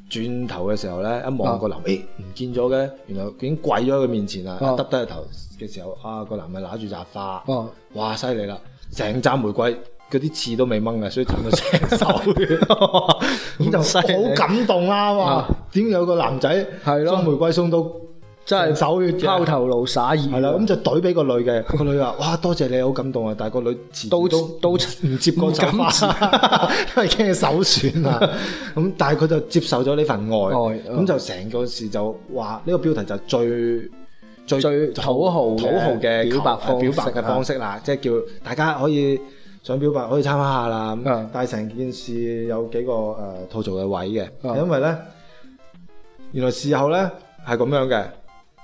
Speaker 4: 轉頭嘅時候咧，一
Speaker 3: 啊
Speaker 4: 望個男，誒唔見咗嘅，原來佢已經跪咗喺佢面前啦，
Speaker 3: 啊
Speaker 4: 一耷低個頭嘅時候，啊個男嘅揦住扎花。
Speaker 3: 哦，
Speaker 4: 哇！犀利啦，成扎玫瑰嗰啲刺都未掹嘅，所以浸到成手血，咁
Speaker 3: 犀利
Speaker 4: 就好感動啦！哇
Speaker 3: 啊，
Speaker 4: 點有個男仔
Speaker 3: 係咯
Speaker 4: 送玫瑰送到
Speaker 3: 真係
Speaker 4: 成手血嘅
Speaker 3: 拋頭顱灑熱，
Speaker 4: 係啦，咁就懟俾個女 嘅，個女話：哇，多謝你，好感動啊！但係個女遲
Speaker 3: 刀
Speaker 4: 都
Speaker 3: 刀
Speaker 4: 唔接個手
Speaker 3: 唔敢接
Speaker 4: 花， 因為驚手損 啊！咁但係佢就接受咗呢份愛，
Speaker 3: 愛
Speaker 4: 咁就成個事就話呢個標題就最。最
Speaker 3: 最土豪嘅
Speaker 4: 土豪嘅
Speaker 3: 表白
Speaker 4: 求
Speaker 3: 方式
Speaker 4: 表白嘅方式啦，即係叫大家可以想表白可以參考下啦。咁
Speaker 3: 啊
Speaker 4: 但係成件事有幾個誒吐槽嘅位嘅，
Speaker 3: 啊
Speaker 4: 因為咧原來事後咧係咁樣嘅，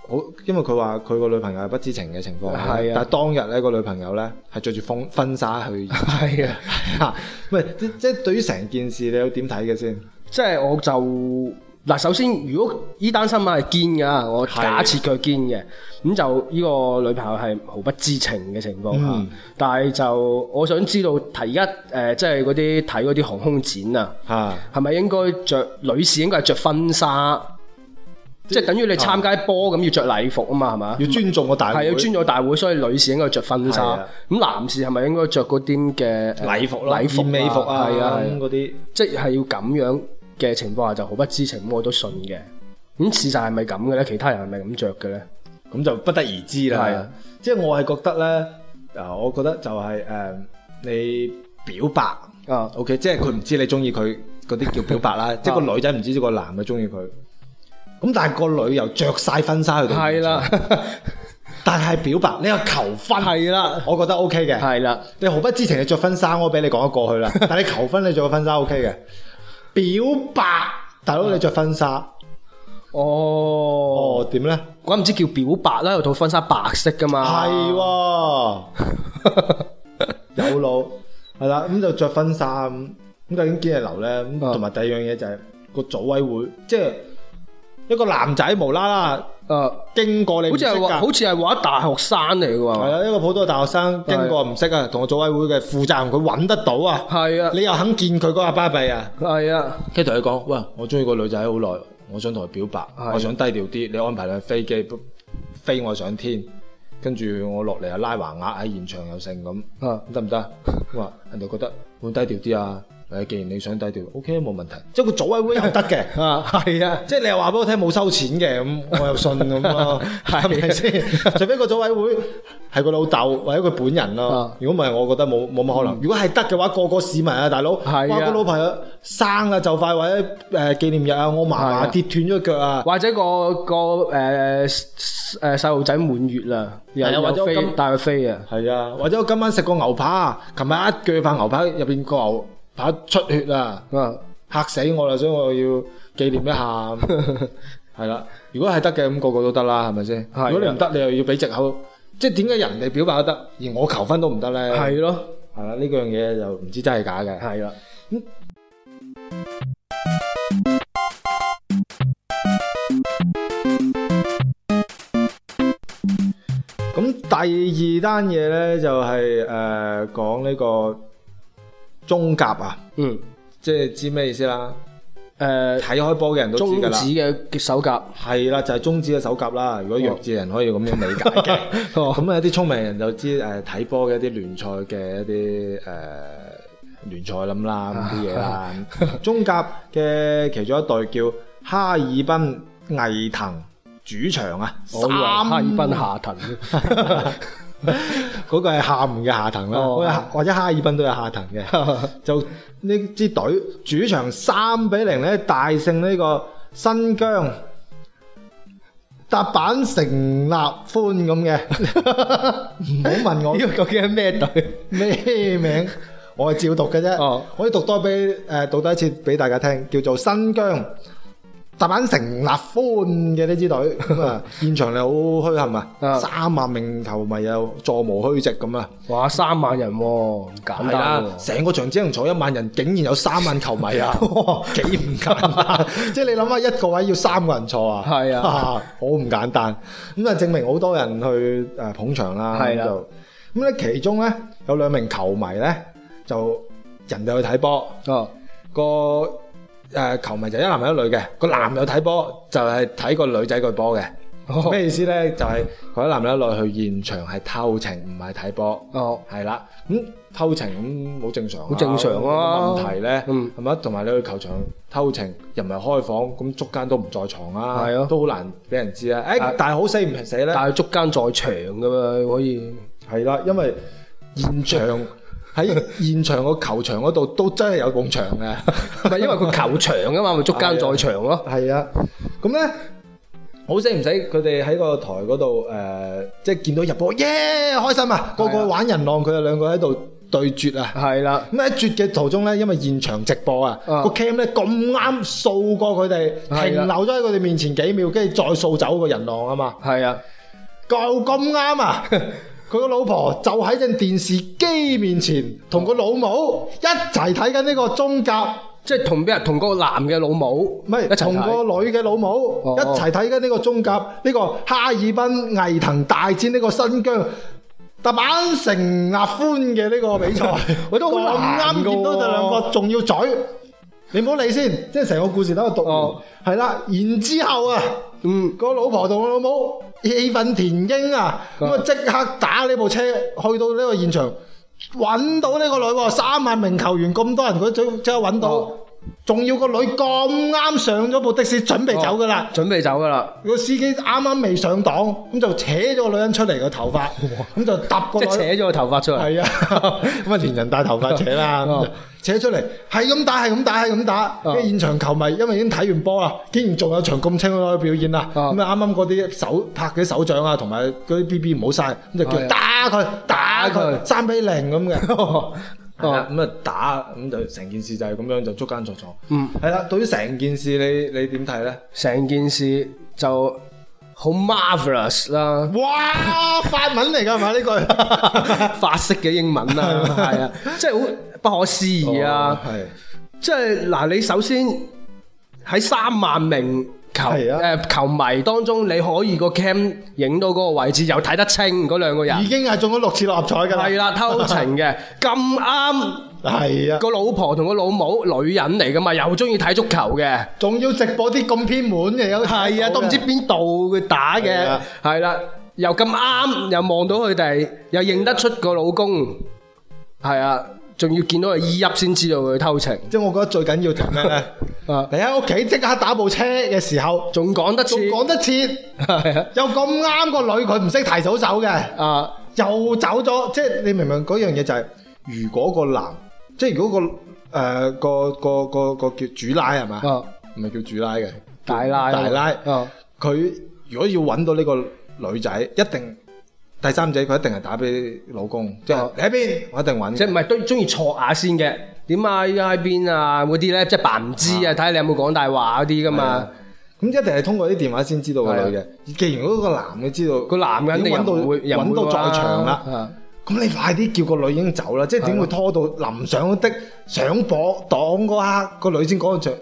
Speaker 4: 好，因為佢話佢個女朋友係不知情嘅情況，
Speaker 3: 係啊
Speaker 4: 但係當日咧個女朋友咧係着住婚 婚紗去，
Speaker 3: 係啊。
Speaker 4: 係啊，喂，即即係對於成件事你有點睇嘅先？
Speaker 3: 即係我就嗱，首先如果呢單新聞係堅㗎，我
Speaker 4: 係
Speaker 3: 假設佢堅嘅，咁就呢個女朋友係毫不知情嘅情況下，
Speaker 4: 嗯
Speaker 3: 但係就我想知道睇而家誒，即係嗰啲睇嗰啲航空展啊，
Speaker 4: 嚇，
Speaker 3: 係咪應該着女士應該係着婚紗？即係等於你參加波咁要着禮服啊嘛，係嘛？
Speaker 4: 要尊重個大
Speaker 3: 係
Speaker 4: 會
Speaker 3: 要尊重大會，所以女士應該着婚
Speaker 4: 係
Speaker 3: 紗
Speaker 4: 啊，
Speaker 3: 咁男士係咪應該着嗰啲嘅誒
Speaker 4: 禮服咯，
Speaker 3: 禮服
Speaker 4: 燕尾服啊，
Speaker 3: 係啊，係啊
Speaker 4: 咁嗰啲
Speaker 3: 即係要咁樣嘅情況下就毫不知情，咁我都信嘅。咁事實係咪咁嘅咧？其他人係咪咁着嘅咧？
Speaker 4: 咁就不得而知
Speaker 3: 係
Speaker 4: 啦
Speaker 3: 啊。
Speaker 4: 即係我係覺得咧，啊，我覺得就係誒你表白。
Speaker 3: 啊，
Speaker 4: O、k 即係佢唔知你中意佢嗰啲叫表白啦，即係個女仔唔知個男嘅中意佢。咁但係個女又着晒婚紗去到，
Speaker 3: 係 啦，，
Speaker 4: 但係表白你又求婚，
Speaker 3: 係啦，
Speaker 4: 我覺得 O K 嘅。
Speaker 3: 係啦，
Speaker 4: 你毫不知情，你着婚紗，我俾你講得過去 啦。但係你求婚，你着個婚紗 O K 嘅。表白，大
Speaker 3: 啊
Speaker 4: 佬你着婚紗，
Speaker 3: 哦，
Speaker 4: 哦點咧？
Speaker 3: 我唔知叫表白啦，有套婚紗白色噶嘛，
Speaker 4: 係喎，有腦係啦，咁就着婚紗咁。咁究竟幾日流咧？咁
Speaker 3: 啊
Speaker 4: 同埋第二樣嘢就係個組委會，即係一個男仔無啦啦
Speaker 3: 啊，
Speaker 4: 經過你
Speaker 3: 好
Speaker 4: 唔
Speaker 3: 似
Speaker 4: 識
Speaker 3: 係話，好
Speaker 4: 㗎，
Speaker 3: 似係話大學生嚟嘅
Speaker 4: 係啊
Speaker 3: 喎，
Speaker 4: 啦，一個普通嘅大學生經過唔識啊，同個組委會嘅負責人佢揾得到啊，
Speaker 3: 係啊，
Speaker 4: 你又肯見佢嗰下巴閉啊？
Speaker 3: 係啊，
Speaker 4: 跟住同佢講，喂，我中意個女仔好耐，我想同佢表白，
Speaker 3: 係
Speaker 4: 我想低調啲，你安排輛飛機飛我上天，跟住我落嚟啊拉橫額喺現場又剩咁，
Speaker 3: 啊，。
Speaker 4: 得唔得？我話人哋覺得會低調啲啊，誒，既然你想低調，OK 冇問題，即係個組委會又得嘅
Speaker 3: 啊，係啊，
Speaker 4: 即係你又話俾我聽冇收錢嘅，咁我又信咁 咯，係咪先？除非個組委會係個老豆或者佢本人咯
Speaker 3: 啊。嗯
Speaker 4: 如果唔係，我覺得冇冇乜可能。如果係得嘅話，個個市民啊，大佬，哇
Speaker 3: 係啊
Speaker 4: 個老朋友生啊啦就快或者誒紀念日啊，我嫲
Speaker 3: 係啊
Speaker 4: 嫲跌斷咗腳啊，
Speaker 3: 或者個個誒誒細路仔滿月啦，又
Speaker 4: 係啊或者
Speaker 3: 又
Speaker 4: 我
Speaker 3: 飛
Speaker 4: 今
Speaker 3: 帶佢飛啊，
Speaker 4: 係啊，或者我今晚食個牛扒，琴日一鋸塊牛扒入邊個牛扒出血啊，
Speaker 3: 啊，
Speaker 4: 嚇死我啦，所以我要紀念一 下。係啦，如果係得嘅，咁個個都得啦，係咪先？
Speaker 3: 係啊
Speaker 4: 如果你唔得，你又要俾藉口，即係點解人哋表白都得，而我求婚都唔得咧？
Speaker 3: 係咯，
Speaker 4: 係啦，呢樣嘢就唔知真係假嘅。嗯
Speaker 3: 係啦。
Speaker 4: 咁第二單嘢咧就係誒講呢個中甲啊，
Speaker 3: 嗯，呃
Speaker 4: 即係知咩意思啦？
Speaker 3: 誒，
Speaker 4: 睇開波嘅人都知
Speaker 3: 中
Speaker 4: 㗎
Speaker 3: 指
Speaker 4: 啦。
Speaker 3: 嘅手甲，
Speaker 4: 係啦，就係中指嘅手甲啦。如果弱智人可以咁樣理解嘅，
Speaker 3: 哦
Speaker 4: 咁啊有啲聰明人就知誒睇波嘅一啲聯賽嘅一啲誒聯賽咁
Speaker 3: 啊
Speaker 4: 啦，咁啲嘢啦。中甲嘅其中一隊叫哈爾濱毅騰主場啊，
Speaker 3: 我以為哈爾濱
Speaker 4: 下，
Speaker 3: 下騰，
Speaker 4: 嗰個係廈門嘅下騰啦，
Speaker 3: 哦
Speaker 4: 或者或者哈爾濱都有下騰嘅。就呢支隊主場三比零咧大勝呢個新疆踏板成立歡咁嘅，唔好問我
Speaker 3: 呢個究竟係咩隊？
Speaker 4: 咩名，我係照讀嘅啫。
Speaker 3: 哦
Speaker 4: 我要讀多俾誒讀多一次俾大家聽，叫做新疆踏板成立歡嘅呢支隊。咁啊，現場你好虛冚啊，
Speaker 3: 啊
Speaker 4: 三萬名球迷又座無虛席咁啊！
Speaker 3: 哇，三萬人喎，唔簡
Speaker 4: 係
Speaker 3: 單
Speaker 4: 啦，
Speaker 3: 喎，
Speaker 4: 啊成個場只能坐一萬人，竟然有三萬球迷 啊！哇幾唔簡單，即係你諗下一個位要三個人坐啊，
Speaker 3: 係啊
Speaker 4: 好唔簡單。咁啊，證明好多人去誒捧場啦。
Speaker 3: 係啦
Speaker 4: 咁就咁咧，其中咧有兩名球迷咧就人哋去睇波，
Speaker 3: 哦，
Speaker 4: 個誒、球迷就一男一女嘅，個男有睇波就係睇個女仔個波嘅。
Speaker 3: 哦
Speaker 4: 咩意思咧？就係佢一男一女去現場係偷情，唔係睇波。
Speaker 3: 哦，
Speaker 4: 係啦，咁、偷情咁好正常、啊，
Speaker 3: 好正常啊
Speaker 4: 有乜問題咧，
Speaker 3: 嗯
Speaker 4: 係咪、同埋你去球場偷情，又唔係開房，咁捉奸都唔在床啊，
Speaker 3: 係啊
Speaker 4: 都好難俾人知啊。誒、
Speaker 3: 但
Speaker 4: 但係好死唔死咧？
Speaker 3: 但係捉奸在場噶嘛，可以，
Speaker 4: 係啦，因為現 場喺現場個球場嗰度都真係有埲牆
Speaker 3: 唔
Speaker 4: 嘅，
Speaker 3: 係因為 佢球場啊嘛，咪捉奸在場咯，
Speaker 4: 係啊，咁咧好死唔死，佢哋喺個台嗰度誒，即係見到入波，耶、開心啊！個
Speaker 3: 係啊
Speaker 4: 個玩人浪，佢哋兩個喺度對決啊！
Speaker 3: 係啦，
Speaker 4: 咁喺絕嘅途中咧，因為現場直播啊，
Speaker 3: 啊
Speaker 4: 個 cam 咧咁啱掃過佢哋，
Speaker 3: 係啊
Speaker 4: 停留
Speaker 3: 啦
Speaker 4: 咗喺佢哋面前幾秒，跟住再掃走個人浪啊嘛，
Speaker 3: 係啊，
Speaker 4: 夠咁啱 啊！佢個老婆就喺只電視機面前，同個老母一齊睇緊呢個中甲
Speaker 3: 即係同邊人同個男嘅老母
Speaker 4: 唔係
Speaker 3: 一齊
Speaker 4: 同個
Speaker 3: 睇。
Speaker 4: 女嘅老母
Speaker 3: 哦
Speaker 4: 一齊睇緊呢個中甲呢個哈爾濱毅騰大戰呢個新疆特板城納歡嘅呢個比 賽，
Speaker 3: 喂哎都好難㗎喎
Speaker 4: 咁啱見到就兩個仲要嘴，你唔好理先，即係成個故事等我讀
Speaker 3: 哦
Speaker 4: 完，係啦、然之後啊。
Speaker 3: 嗯，
Speaker 4: 個老婆同個老母氣憤填膺啊，咁啊即刻打呢部車去到呢個現場，揾到呢個女喎，三萬名球員咁多人，佢即即刻揾到
Speaker 3: 哦，
Speaker 4: 仲要個女咁啱上咗部的士準備走㗎啦。
Speaker 3: 準備走㗎啦，
Speaker 4: 個司機啱啱未上檔，咁就扯咗個女人出嚟個頭髮，咁就揼個
Speaker 3: 即
Speaker 4: 女
Speaker 3: 係扯咗個頭髮出嚟。
Speaker 4: 係啊，咁啊連人帶頭髮扯 啦，咁
Speaker 3: 哦
Speaker 4: 就扯出嚟係咁打，係咁打，係咁打。
Speaker 3: 哦
Speaker 4: 跟住現場球迷因為已經睇完波啦，竟然仲有場咁清嘅表演啦。
Speaker 3: 哦
Speaker 4: 咁啊啱啱嗰啲手拍嘅手掌啊，同埋嗰啲 B B 唔好晒，咁就
Speaker 3: 係
Speaker 4: 叫
Speaker 3: 啊
Speaker 4: 打佢，打
Speaker 3: 打
Speaker 4: 佢
Speaker 3: 佢
Speaker 4: 三比零咁 嘅。
Speaker 3: 哦
Speaker 4: 係啦咁啊打，咁就成件事就係咁樣就捉奸作錯。
Speaker 3: 嗯，
Speaker 4: 係啦，對於成件事你你點睇咧？
Speaker 3: 成件事就好 marvelous 啦，
Speaker 4: 哇，法文嚟㗎係咪 呢句？
Speaker 3: 法式嘅英文 啦，係啊，即係好不可思議啊！
Speaker 4: 哦係
Speaker 3: 即係嗱，你首先喺三萬名球
Speaker 4: 係
Speaker 3: 誒、
Speaker 4: 啊
Speaker 3: 球迷當中，你可以個 cam 影到嗰個位置，又睇得清嗰兩個
Speaker 4: 已
Speaker 3: 人，
Speaker 4: 經係中咗六次六合彩㗎啦。
Speaker 3: 係啦，偷 情嘅，咁啱
Speaker 4: 係啊。
Speaker 3: 個老婆同個老母女人嚟噶嘛，又中意睇足球嘅，
Speaker 4: 仲要直播啲咁偏門嘅，有
Speaker 3: 係啊，都唔知邊度佢打
Speaker 4: 係
Speaker 3: 嘅
Speaker 4: 啊，
Speaker 3: 係啦，又咁啱又望到佢哋，又認得出個老公，係啊，仲要見到佢衣泣先知道佢偷情
Speaker 4: 即係我覺得最緊要就係咩 咧？
Speaker 3: 啊，
Speaker 4: 你喺屋企即刻打部車嘅時候，
Speaker 3: 仲講得
Speaker 4: 仲
Speaker 3: 切，
Speaker 4: 講得切，
Speaker 3: 係啊。
Speaker 4: 又咁啱個女佢唔識提早走嘅，
Speaker 3: 啊
Speaker 4: 又走咗，即係你明唔明嗰樣嘢就係、如果個男，即係如果個誒、呃、個個個個叫主奶係嘛？
Speaker 3: 啊！
Speaker 4: 唔係叫主奶嘅，
Speaker 3: 大拉
Speaker 4: 大拉
Speaker 3: 啊，
Speaker 4: 佢如果要揾到呢個女仔，一定第三者佢一定係打俾老公，即係
Speaker 3: 哦
Speaker 4: 你喺邊，我一定揾嘅。
Speaker 3: 即係唔係都中意錯下先嘅？點啊？依家喺邊啊？嗰啲咧，即係扮唔知啊，睇下你有冇講大話嗰啲噶
Speaker 4: 啊
Speaker 3: 嘛？
Speaker 4: 咁一定係通過啲電話先知道個女嘅。既然嗰個男嘅知道，
Speaker 3: 啊個男人
Speaker 4: 已
Speaker 3: 你
Speaker 4: 經
Speaker 3: 又
Speaker 4: 揾到
Speaker 3: 唔會又唔
Speaker 4: 揾到
Speaker 3: 會話
Speaker 4: 在場啦，
Speaker 3: 啊
Speaker 4: 咁你快啲叫個女已經走啦，即係點會拖到臨上的上播檔嗰刻，個女先講到着誒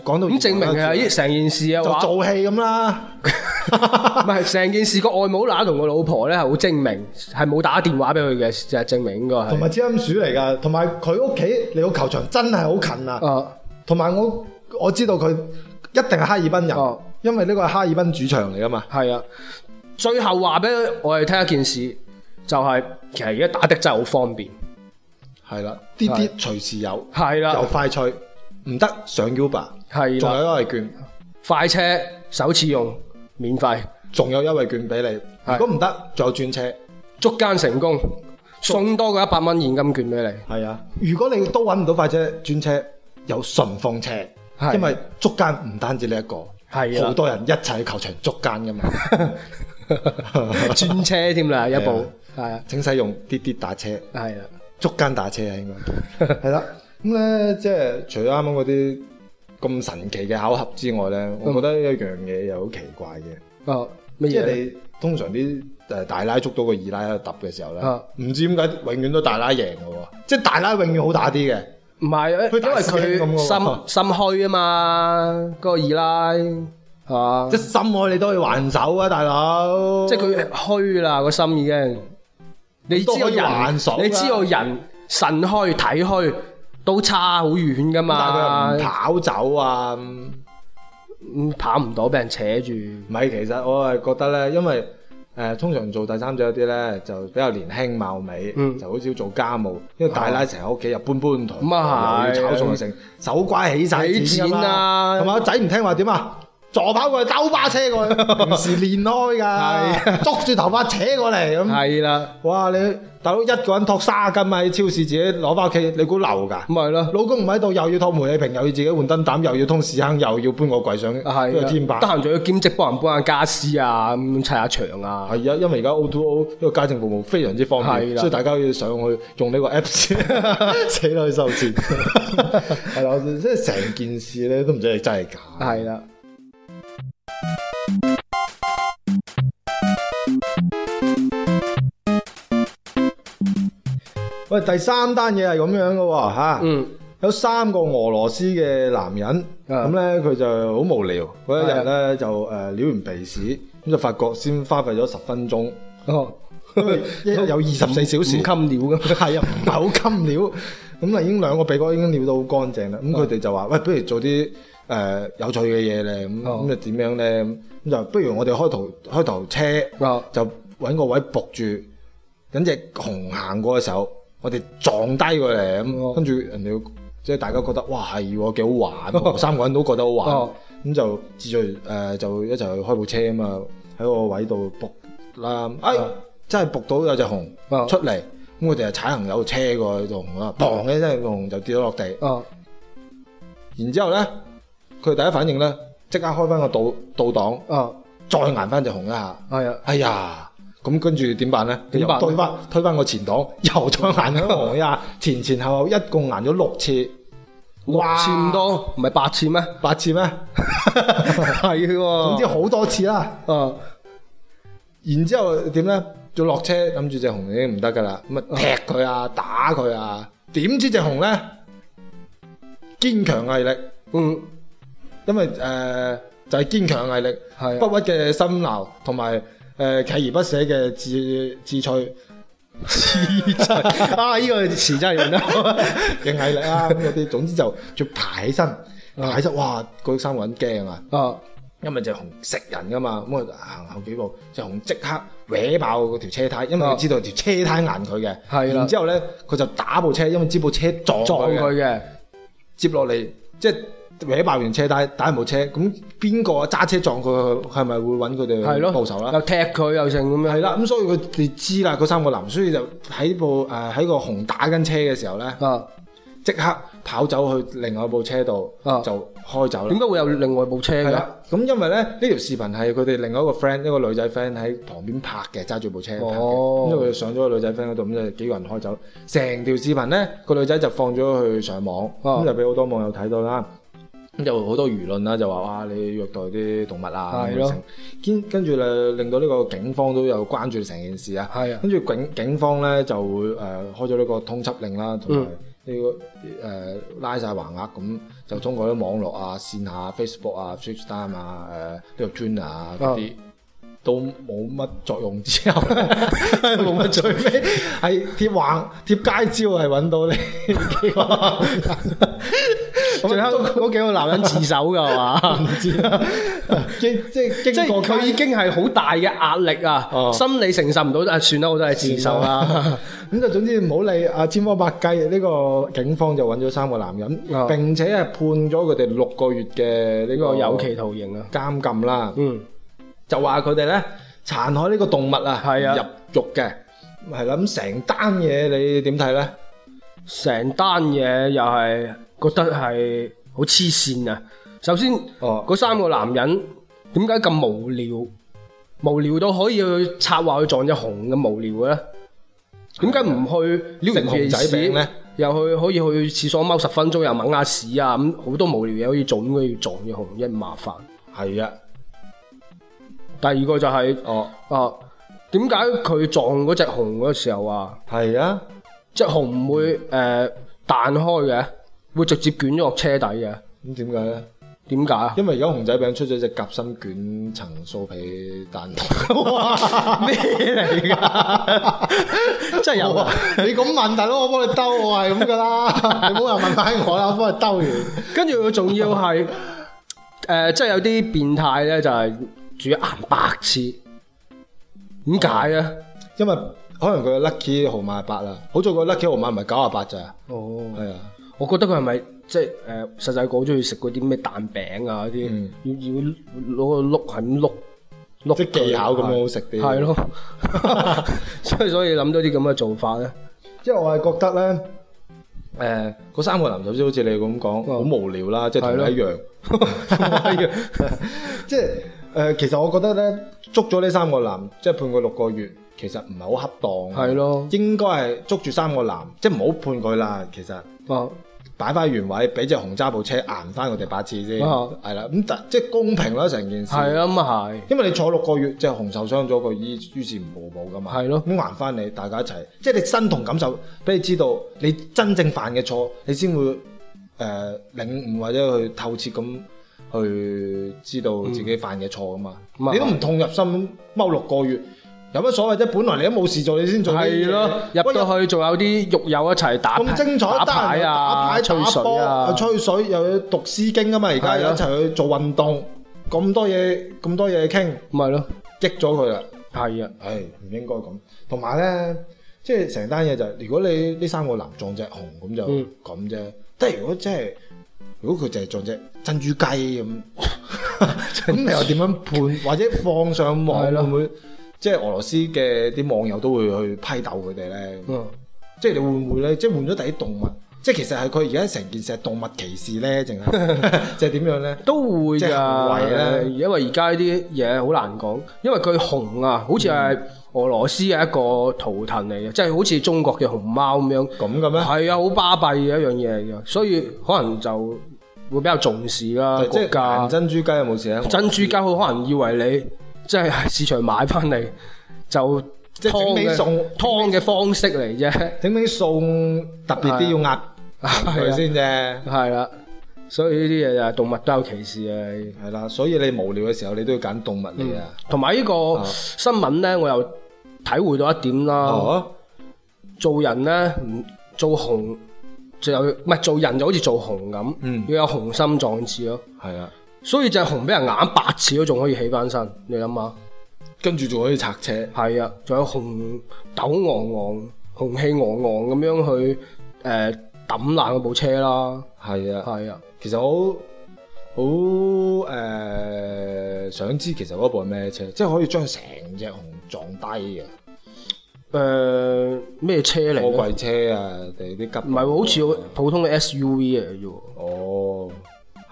Speaker 4: 講到
Speaker 3: 咁證明
Speaker 4: 完啦
Speaker 3: 係啊成件事嘅
Speaker 4: 啊就
Speaker 3: 話，唔
Speaker 4: 做戲咁啦。
Speaker 3: 係成件事個外母乸同個老婆咧係好精明，係冇打電話俾佢嘅，就係證明應該
Speaker 4: 同
Speaker 3: 係
Speaker 4: 埋超音鼠嚟㗎，同埋佢屋企離個球場真係好近啊！
Speaker 3: 啊
Speaker 4: 同埋我我知道佢一定係哈爾濱人，
Speaker 3: 哦
Speaker 4: 因為呢個係哈爾濱主場嚟㗎嘛。
Speaker 3: 係啊。最後話俾我哋聽一件事，就係其實而家打的真係好方便，
Speaker 4: 係啦，啲啲隨時有，
Speaker 3: 係
Speaker 4: 又
Speaker 3: 啦，
Speaker 4: 快脆，唔得上 Uber。
Speaker 3: 啊係
Speaker 4: 仲
Speaker 3: 啦，
Speaker 4: 有優惠券，
Speaker 3: 快車首次用免費。
Speaker 4: 仲有優惠券俾你。如
Speaker 3: 係
Speaker 4: 果唔得，仲有轉車。
Speaker 3: 捉奸成功，送多個一百蚊現金券俾你。
Speaker 4: 係啊，如果你都揾唔到快車轉車，有順風車，
Speaker 3: 係
Speaker 4: 因為捉奸唔單止呢一個，
Speaker 3: 係啊
Speaker 4: 好多人一齊喺球場捉奸噶嘛。
Speaker 3: 專車添 啦，一部係啊
Speaker 4: 請使用滴滴打車，
Speaker 3: 係啊，
Speaker 4: 捉奸打車啊，應 該係啦。咁咧，即係除咗啱啱嗰啲咁神奇嘅巧合之外咧，我覺得一樣嘢又好奇怪嘅。
Speaker 3: 哦乜
Speaker 4: 即
Speaker 3: 嘢
Speaker 4: 係
Speaker 3: 呢？
Speaker 4: 你通常啲誒大拉捉到個二奶喺度揼嘅時候咧，唔、
Speaker 3: 啊
Speaker 4: 知點解永遠都大拉贏嘅喎，即係大拉永遠好打啲嘅。
Speaker 3: 唔係，因為
Speaker 4: 佢大師兄咁
Speaker 3: 佢
Speaker 4: 嘅喎
Speaker 3: 心心虛啊嘛，嗰個二奶啊
Speaker 4: 即，係心愛你都可以還手啊，大佬！
Speaker 3: 即係佢虛啦個心已經。你知道
Speaker 4: 都可以還手㗎
Speaker 3: 人，你知道人腎虛體虛都差好遠
Speaker 4: 但係
Speaker 3: 噶
Speaker 4: 佢
Speaker 3: 嘛
Speaker 4: 又唔，跑走啊！唔
Speaker 3: 嗯跑唔到，俾人扯住。
Speaker 4: 係，其實我係覺得咧，因為誒、呃通常做第三者嗰啲咧就比較年輕貌美，
Speaker 3: 嗯
Speaker 4: 就好少做家務，因為大拉成日喺屋企又搬搬台，
Speaker 3: 咁啊係
Speaker 4: 又要炒餸又成，手瓜起晒
Speaker 3: 起
Speaker 4: 錢㗎嘛
Speaker 3: 錢啊
Speaker 4: 同埋個仔唔聽話點啊？助跑過去，兜巴車 過去，平時練開㗎，捉住頭髮扯過嚟咁。
Speaker 3: 係啦，
Speaker 4: 哇！你大佬一個人托卅斤啊，喺超市自己攞翻屋企，你估流㗎？
Speaker 3: 咁咪咯，
Speaker 4: 老公唔喺度，又要拖煤氣瓶，又要自己換燈膽，又要通屎坑，又要搬個櫃上呢
Speaker 3: 係
Speaker 4: 個
Speaker 3: 啊
Speaker 4: 天板
Speaker 3: 得。閒仲要兼職幫人搬下家私啊，咁砌下牆啊
Speaker 4: 係。啊，因為而家 O to O 呢個家政服務非常之方
Speaker 3: 係
Speaker 4: 便，
Speaker 3: 啦
Speaker 4: 所以大家要上去用呢個 app 先， 死啦去收錢。係啦，即係成件事咧都唔知係真係假。
Speaker 3: 系啦。
Speaker 4: 喂，第三單嘢係咁樣嘅喎嚇，
Speaker 3: 嗯，
Speaker 4: 有三個俄羅斯嘅男人，
Speaker 3: 啊
Speaker 4: 咁咧佢就好無聊，嗰一日
Speaker 3: 係
Speaker 4: 咧就誒撩完鼻屎，咁就發覺先花費咗十分 鐘，
Speaker 3: 哦，
Speaker 4: 因 為有二十四小時
Speaker 3: 唔，襟料咁。
Speaker 4: 係啊，唔係好襟料，咁啊已經兩個鼻哥已經撩到好乾淨啦，咁佢哋就話喂，不如做啲誒、有趣嘅嘢咧，咁
Speaker 3: 哦
Speaker 4: 咁就點樣咧？咁咁就不如我哋開頭開頭車。
Speaker 3: 哦，
Speaker 4: 就揾個位仆住，等只熊行過嘅時候，我哋撞低佢嚟
Speaker 3: 哦
Speaker 4: 咁，跟住人哋即係大家覺得哇係喎幾好玩喎，三個人都覺得好玩，咁、
Speaker 3: 哦
Speaker 4: 就自最誒、呃就一齊去開部車啊嘛，喺個位度仆啦，哎
Speaker 3: 哦
Speaker 4: 真係仆到有隻熊
Speaker 3: 哦
Speaker 4: 出嚟，咁佢哋就踩行有車過去度熊啦，砰一聲個熊就跌咗落地，
Speaker 3: 哦，
Speaker 4: 然之後咧佢第一反應咧即刻開翻個倒倒檔，
Speaker 3: 哦，
Speaker 4: 再捱翻隻熊一下。
Speaker 3: 係啊，
Speaker 4: 哎呀，咁跟住點辦咧？佢
Speaker 3: 點辦
Speaker 4: 又
Speaker 3: 呢
Speaker 4: 推翻推翻個前檔，又再行咗行呀，前前後後一共行咗六次，
Speaker 3: 六
Speaker 4: 哇
Speaker 3: 次咁多，唔係八次 咩？
Speaker 4: 八次 咩？
Speaker 3: 係
Speaker 4: 總
Speaker 3: 喎。
Speaker 4: 之好多次啦。
Speaker 3: 啊，
Speaker 4: 然之後點咧？就落車諗住只熊已經唔得噶啦，咁啊踢佢啊，打佢啊，點知只熊咧堅強毅力，
Speaker 3: 嗯，
Speaker 4: 因為誒、呃就係、堅強毅力。
Speaker 3: 係啊。
Speaker 4: 不屈嘅心流同埋誒鍥而不捨嘅志志趣，志 趣啊！呢、個詞真係用得 嘅毅力啊！咁嗰啲，總之就要爬起身，爬起身，哇！嗰三個人驚啊，
Speaker 3: 啊，
Speaker 4: 因為隻熊食人噶嘛，咁啊行後幾步，隻熊即刻搲爆嗰條車胎，因為
Speaker 3: 啊
Speaker 4: 佢知道條車胎硬佢嘅，
Speaker 3: 係啦
Speaker 4: 然之後咧，佢就打部車，因為知部車撞
Speaker 3: 撞
Speaker 4: 佢嘅
Speaker 3: 佢。嘅。
Speaker 4: 接落嚟即係搲爆完車帶，打完部車，咁邊個揸車撞佢，係咪會揾佢
Speaker 3: 係
Speaker 4: 哋
Speaker 3: 咯，
Speaker 4: 報仇啦？
Speaker 3: 又踢佢又成咁樣。
Speaker 4: 係啦，咁所以佢哋知啦，嗰三個男，所以就喺部誒喺、個紅打緊車嘅時候咧，
Speaker 3: 啊，
Speaker 4: 即刻跑走去另外部車度、
Speaker 3: 啊
Speaker 4: 就開走啦
Speaker 3: 點。解會有另外部車
Speaker 4: 係啊
Speaker 3: 嘅？
Speaker 4: 啦，咁因為咧呢條視頻係佢哋另外一個 friend 一個女仔 friend 喺旁邊拍嘅，揸住部車拍嘅，
Speaker 3: 哦
Speaker 4: 咁就佢上咗個女仔 friend 嗰度，咁就幾個人開走，成條視頻咧個女仔就放咗去上網，
Speaker 3: 哦
Speaker 4: 咁就俾好多網友睇到啦。咁就好多輿論啦，就話哇你虐待啲動物啊，
Speaker 3: 係咯
Speaker 4: 咁樣，跟跟住咧令到呢個警方都有關注成件事啊。
Speaker 3: 係啊，
Speaker 4: 跟住警警方咧就會誒、呃、開咗呢個通緝令啦，同埋
Speaker 3: 嗯
Speaker 4: 呢個誒、呃拉晒橫額咁，就通過啲網絡啊、線下 Facebook 啊、Instagram 啊、誒呢個 Twitter 啊嗰啲。都冇乜作用之後， 冇乜最尾係貼橫貼街招係揾 到你幾個
Speaker 3: 最後嗰幾個啊男人自首㗎係嘛？
Speaker 4: 唔知啦，經即係
Speaker 3: 即
Speaker 4: 經
Speaker 3: 係
Speaker 4: 過
Speaker 3: 佢
Speaker 4: 街
Speaker 3: 已經係好大嘅壓力啊，
Speaker 4: 哦
Speaker 3: 心理承受唔到啊，算啦，我都係自首啦。
Speaker 4: 咁就總之唔好理啊，千方百計呢、個警方就揾咗三個男人，
Speaker 3: 啊
Speaker 4: 並且係判咗佢哋六個月嘅呢
Speaker 3: 呢個
Speaker 4: 個
Speaker 3: 有期徒刑啊，
Speaker 4: 監禁啦，
Speaker 3: 嗯，
Speaker 4: 就話佢哋咧殘害呢個動物啊，
Speaker 3: 係啊
Speaker 4: 入獄嘅，係啦，咁成單嘢你點睇咧？
Speaker 3: 成單嘢又係覺得係好黐線啊。首先
Speaker 4: 哦
Speaker 3: 嗰三個男人點解咁無聊？無聊到可以去策劃去撞只熊咁無聊嘅咧？點解唔去撩
Speaker 4: 食
Speaker 3: 人
Speaker 4: 熊
Speaker 3: 哋
Speaker 4: 仔
Speaker 3: 屎
Speaker 4: 餅啊咧？
Speaker 3: 又去可以去廁所踎十分鐘，又掹下屎啊！咁好多無聊嘢可以做，應該要撞嘅熊一麻煩。
Speaker 4: 係啊，
Speaker 3: 第二個就係、
Speaker 4: 哦，
Speaker 3: 啊，點解佢撞嗰只熊嗰時候啊，
Speaker 4: 係啊，
Speaker 3: 只熊唔會誒、呃、彈開嘅，會直接捲咗落車底嘅？
Speaker 4: 咁點解咧？
Speaker 3: 點解啊？
Speaker 4: 因為而家熊仔餅出咗隻夾心卷層酥皮蛋 撻。
Speaker 3: 咩嚟 噶？真係有啊！
Speaker 4: 你咁問大佬，我幫你兜，我係咁噶啦， 你唔好又問翻我啦，我幫你兜完。
Speaker 3: 跟住佢仲要係誒、呃即係有啲變態咧，就係、煮硬白痴。點解咧？
Speaker 4: 因為可能佢嘅 lucky 號碼係八啦，好在佢 lucky 號碼唔係九啊八咋，
Speaker 3: 哦。
Speaker 4: 係啊，
Speaker 3: 我覺得佢係咪即係誒細細個好中意食嗰啲咩蛋餅啊嗰啲，
Speaker 4: 嗯
Speaker 3: 要要攞個碌係咁碌碌佢，
Speaker 4: 即係技巧咁樣好食啲。
Speaker 3: 係， 咯，所以所以諗到啲咁嘅做法咧，
Speaker 4: 因為我係覺得咧。誒，嗰、三個男仔好似你咁講，好、無聊啦，哦即係同
Speaker 3: 係咯
Speaker 4: 你一樣。 即係誒、呃其實我覺得咧，捉咗呢三個男，即係判佢六個月，其實唔係好恰當。啊
Speaker 3: 係咯
Speaker 4: 應該係捉住三個男，即係唔好判佢啦。其實。
Speaker 3: 哦
Speaker 4: 擺翻原位，俾只紅揸部車硬翻佢哋八次先，
Speaker 3: 啊
Speaker 4: 係啦、咁但即係公平啦成件事。
Speaker 3: 係啊咁啊係，
Speaker 4: 因為你坐六個月，只紅受傷咗，佢於於是唔互補噶嘛。
Speaker 3: 係咯
Speaker 4: 咁還翻你，大家一齊，即係你身同感受，俾你知道你真正犯嘅錯，你先會誒領悟或者去透徹咁去知道自己犯嘅錯噶嘛。
Speaker 3: 嗯
Speaker 4: 你都唔痛入心踎六個月，有乜所謂啫？本來你都冇事做，你先做呢啲嘢。
Speaker 3: 係咯，入
Speaker 4: 喂
Speaker 3: 到去仲有啲獄友一齊打
Speaker 4: 咁精彩，
Speaker 3: 打
Speaker 4: 得閒
Speaker 3: 牌
Speaker 4: 又打
Speaker 3: 啊、
Speaker 4: 牌、
Speaker 3: 吹
Speaker 4: 打
Speaker 3: 水啊
Speaker 4: 波、，吹水，又要讀詩經啊嘛！而家
Speaker 3: 係
Speaker 4: 又
Speaker 3: 咯
Speaker 4: 一齊去做運動，咁多嘢咁多嘢傾，
Speaker 3: 咪係咯，
Speaker 4: 激咗佢啦。
Speaker 3: 係啊，
Speaker 4: 唉，唔應該咁。同埋咧，即係成單嘢就係、如果你呢三個男撞只熊咁就
Speaker 3: 嗯
Speaker 4: 咁啫。但係如果真係，如果佢就係撞只珍珠雞 咁，咁你又點樣判？或者放上
Speaker 3: 係
Speaker 4: 網
Speaker 3: 咯
Speaker 4: 會唔會？即係俄羅斯嘅啲網友都會去批鬥佢哋咧。
Speaker 3: 嗯，
Speaker 4: 即係你會唔會咧？即係換咗第啲動物，即係其實係佢而家成件事係動物歧視咧，淨 係就係點樣咧？
Speaker 3: 都會
Speaker 4: 即係行為啊
Speaker 3: 㗎，
Speaker 4: 咧
Speaker 3: 因為而家呢啲嘢好難講，因為佢紅啊，好似
Speaker 4: 嗯
Speaker 3: 係俄羅斯嘅一個圖騰嚟嘅，即係好似中國嘅熊貓咁樣。
Speaker 4: 咁嘅咩？
Speaker 3: 係啊，好巴閉嘅一樣嘢嚟嘅，所以可能就會比較重視啦。
Speaker 4: 即
Speaker 3: 國
Speaker 4: 係顏
Speaker 3: 家
Speaker 4: 珍珠雞有冇事咧？
Speaker 3: 珍珠膠好可能以為你即係市場買翻嚟就
Speaker 4: 即係整味
Speaker 3: 湯
Speaker 4: 餸
Speaker 3: 嘅湯嘅方式嚟啫，
Speaker 4: 整啲餸特別啲要壓佢先啫。
Speaker 3: 係啦。所以呢啲嘢就係動物都有歧視嘅。
Speaker 4: 係啦，所以你無聊嘅時候，你都要揀動物嚟啊。
Speaker 3: 嗯同埋呢個
Speaker 4: 啊
Speaker 3: 新聞呢，我又體會到一點啦。
Speaker 4: 哦，
Speaker 3: 做人呢，唔做熊就有唔係做人就好似做熊咁，
Speaker 4: 嗯
Speaker 3: 要有雄心壯志咯。
Speaker 4: 係啊，
Speaker 3: 所以就係熊俾人硬八次都仲可以起翻身，你諗下？
Speaker 4: 跟住仲可以拆車。
Speaker 3: 係啊，仲有紅斗昂昂、紅氣昂昂咁樣去誒抌爛嗰部車啦。
Speaker 4: 係啊，
Speaker 3: 係啊，
Speaker 4: 其實我好好誒想知其實嗰部係咩車，即係可以將成隻熊撞低嘅
Speaker 3: 誒咩車嚟
Speaker 4: 貨
Speaker 3: 呢？
Speaker 4: 櫃車啊，定係啲急
Speaker 3: 唔係喎，好似好普通嘅 SUV 嚟嘅啫喎。
Speaker 4: 哦，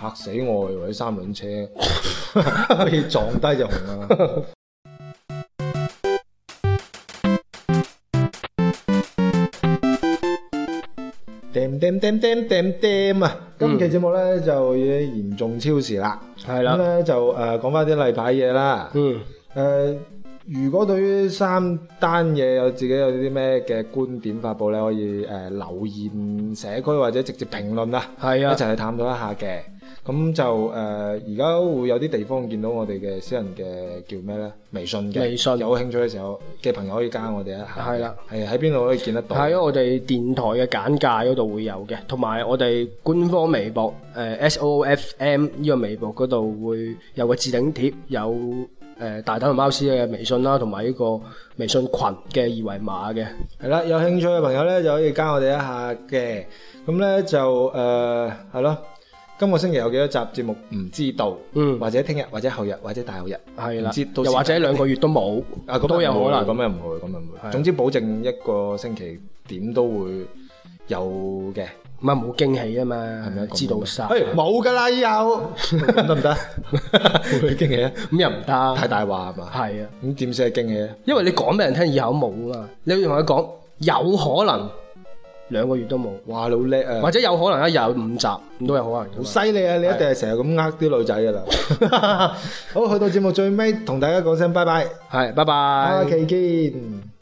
Speaker 4: 嚇死我！以為三輪車可以撞低就紅 啦。掟掟掟掟掟掟啊！今期節目咧就已經嚴重超時啦。
Speaker 3: 係
Speaker 4: 咁
Speaker 3: 啦，
Speaker 4: 咧就誒講翻啲例牌嘢啦。
Speaker 3: 嗯，
Speaker 4: 誒、如果對於三單嘢有自己有啲咩嘅觀點發布咧，可以誒、留言社區或者直接評論啊，
Speaker 3: 係
Speaker 4: 一
Speaker 3: 啊，
Speaker 4: 齊去探討一下嘅。咁就誒，而、家會有啲地方見到我哋嘅私人嘅叫咩咧？微信嘅，
Speaker 3: 微信
Speaker 4: 有興趣嘅時候嘅朋友可以加我哋一下。
Speaker 3: 係啦，
Speaker 4: 係喺邊度可以見得到？
Speaker 3: 喺我哋電台嘅簡介嗰度會有嘅，同埋我哋官方微博誒、S O F M 呢個微博嗰度會有個置頂貼，有誒、呃大膽同貓師嘅微信啦，同埋呢個微信群嘅二維碼嘅。
Speaker 4: 係啦，有興趣嘅朋友咧就可以加我哋一下嘅。咁咧就誒係咯，今個星期有幾多集節目唔知道，
Speaker 3: 嗯
Speaker 4: 或者聽日，或者後日，或者大後日，
Speaker 3: 係
Speaker 4: 唔
Speaker 3: 啦
Speaker 4: 知，到時
Speaker 3: 又或者兩個月都冇，
Speaker 4: 啊咁
Speaker 3: 都有可能。
Speaker 4: 咁又唔會，咁又唔
Speaker 3: 係啊
Speaker 4: 會。總之保證一個星期點都會有嘅，
Speaker 3: 唔係冇驚喜啊
Speaker 4: 係咪
Speaker 3: 嘛
Speaker 4: 啊？，
Speaker 3: 知道晒，
Speaker 4: 誒冇㗎啦，以後咁得唔 得？會唔會驚喜啊？
Speaker 3: 咁又唔得，
Speaker 4: 太
Speaker 3: 係
Speaker 4: 大話係嘛？
Speaker 3: 啊，
Speaker 4: 咁點先係驚喜咧？
Speaker 3: 因為你講俾人聽以後冇啊嘛，你要同佢講有可能兩個月都冇，
Speaker 4: 哇，你好叻啊！
Speaker 3: 或者有可能一日有五集，咁都有可能㗎
Speaker 4: 好
Speaker 3: 嘛。
Speaker 4: 犀利啊！你一定係成日咁呃啲女仔噶 啦。好，去到節目最尾，同大家講聲拜拜，
Speaker 3: 係，拜拜。
Speaker 4: 下期見。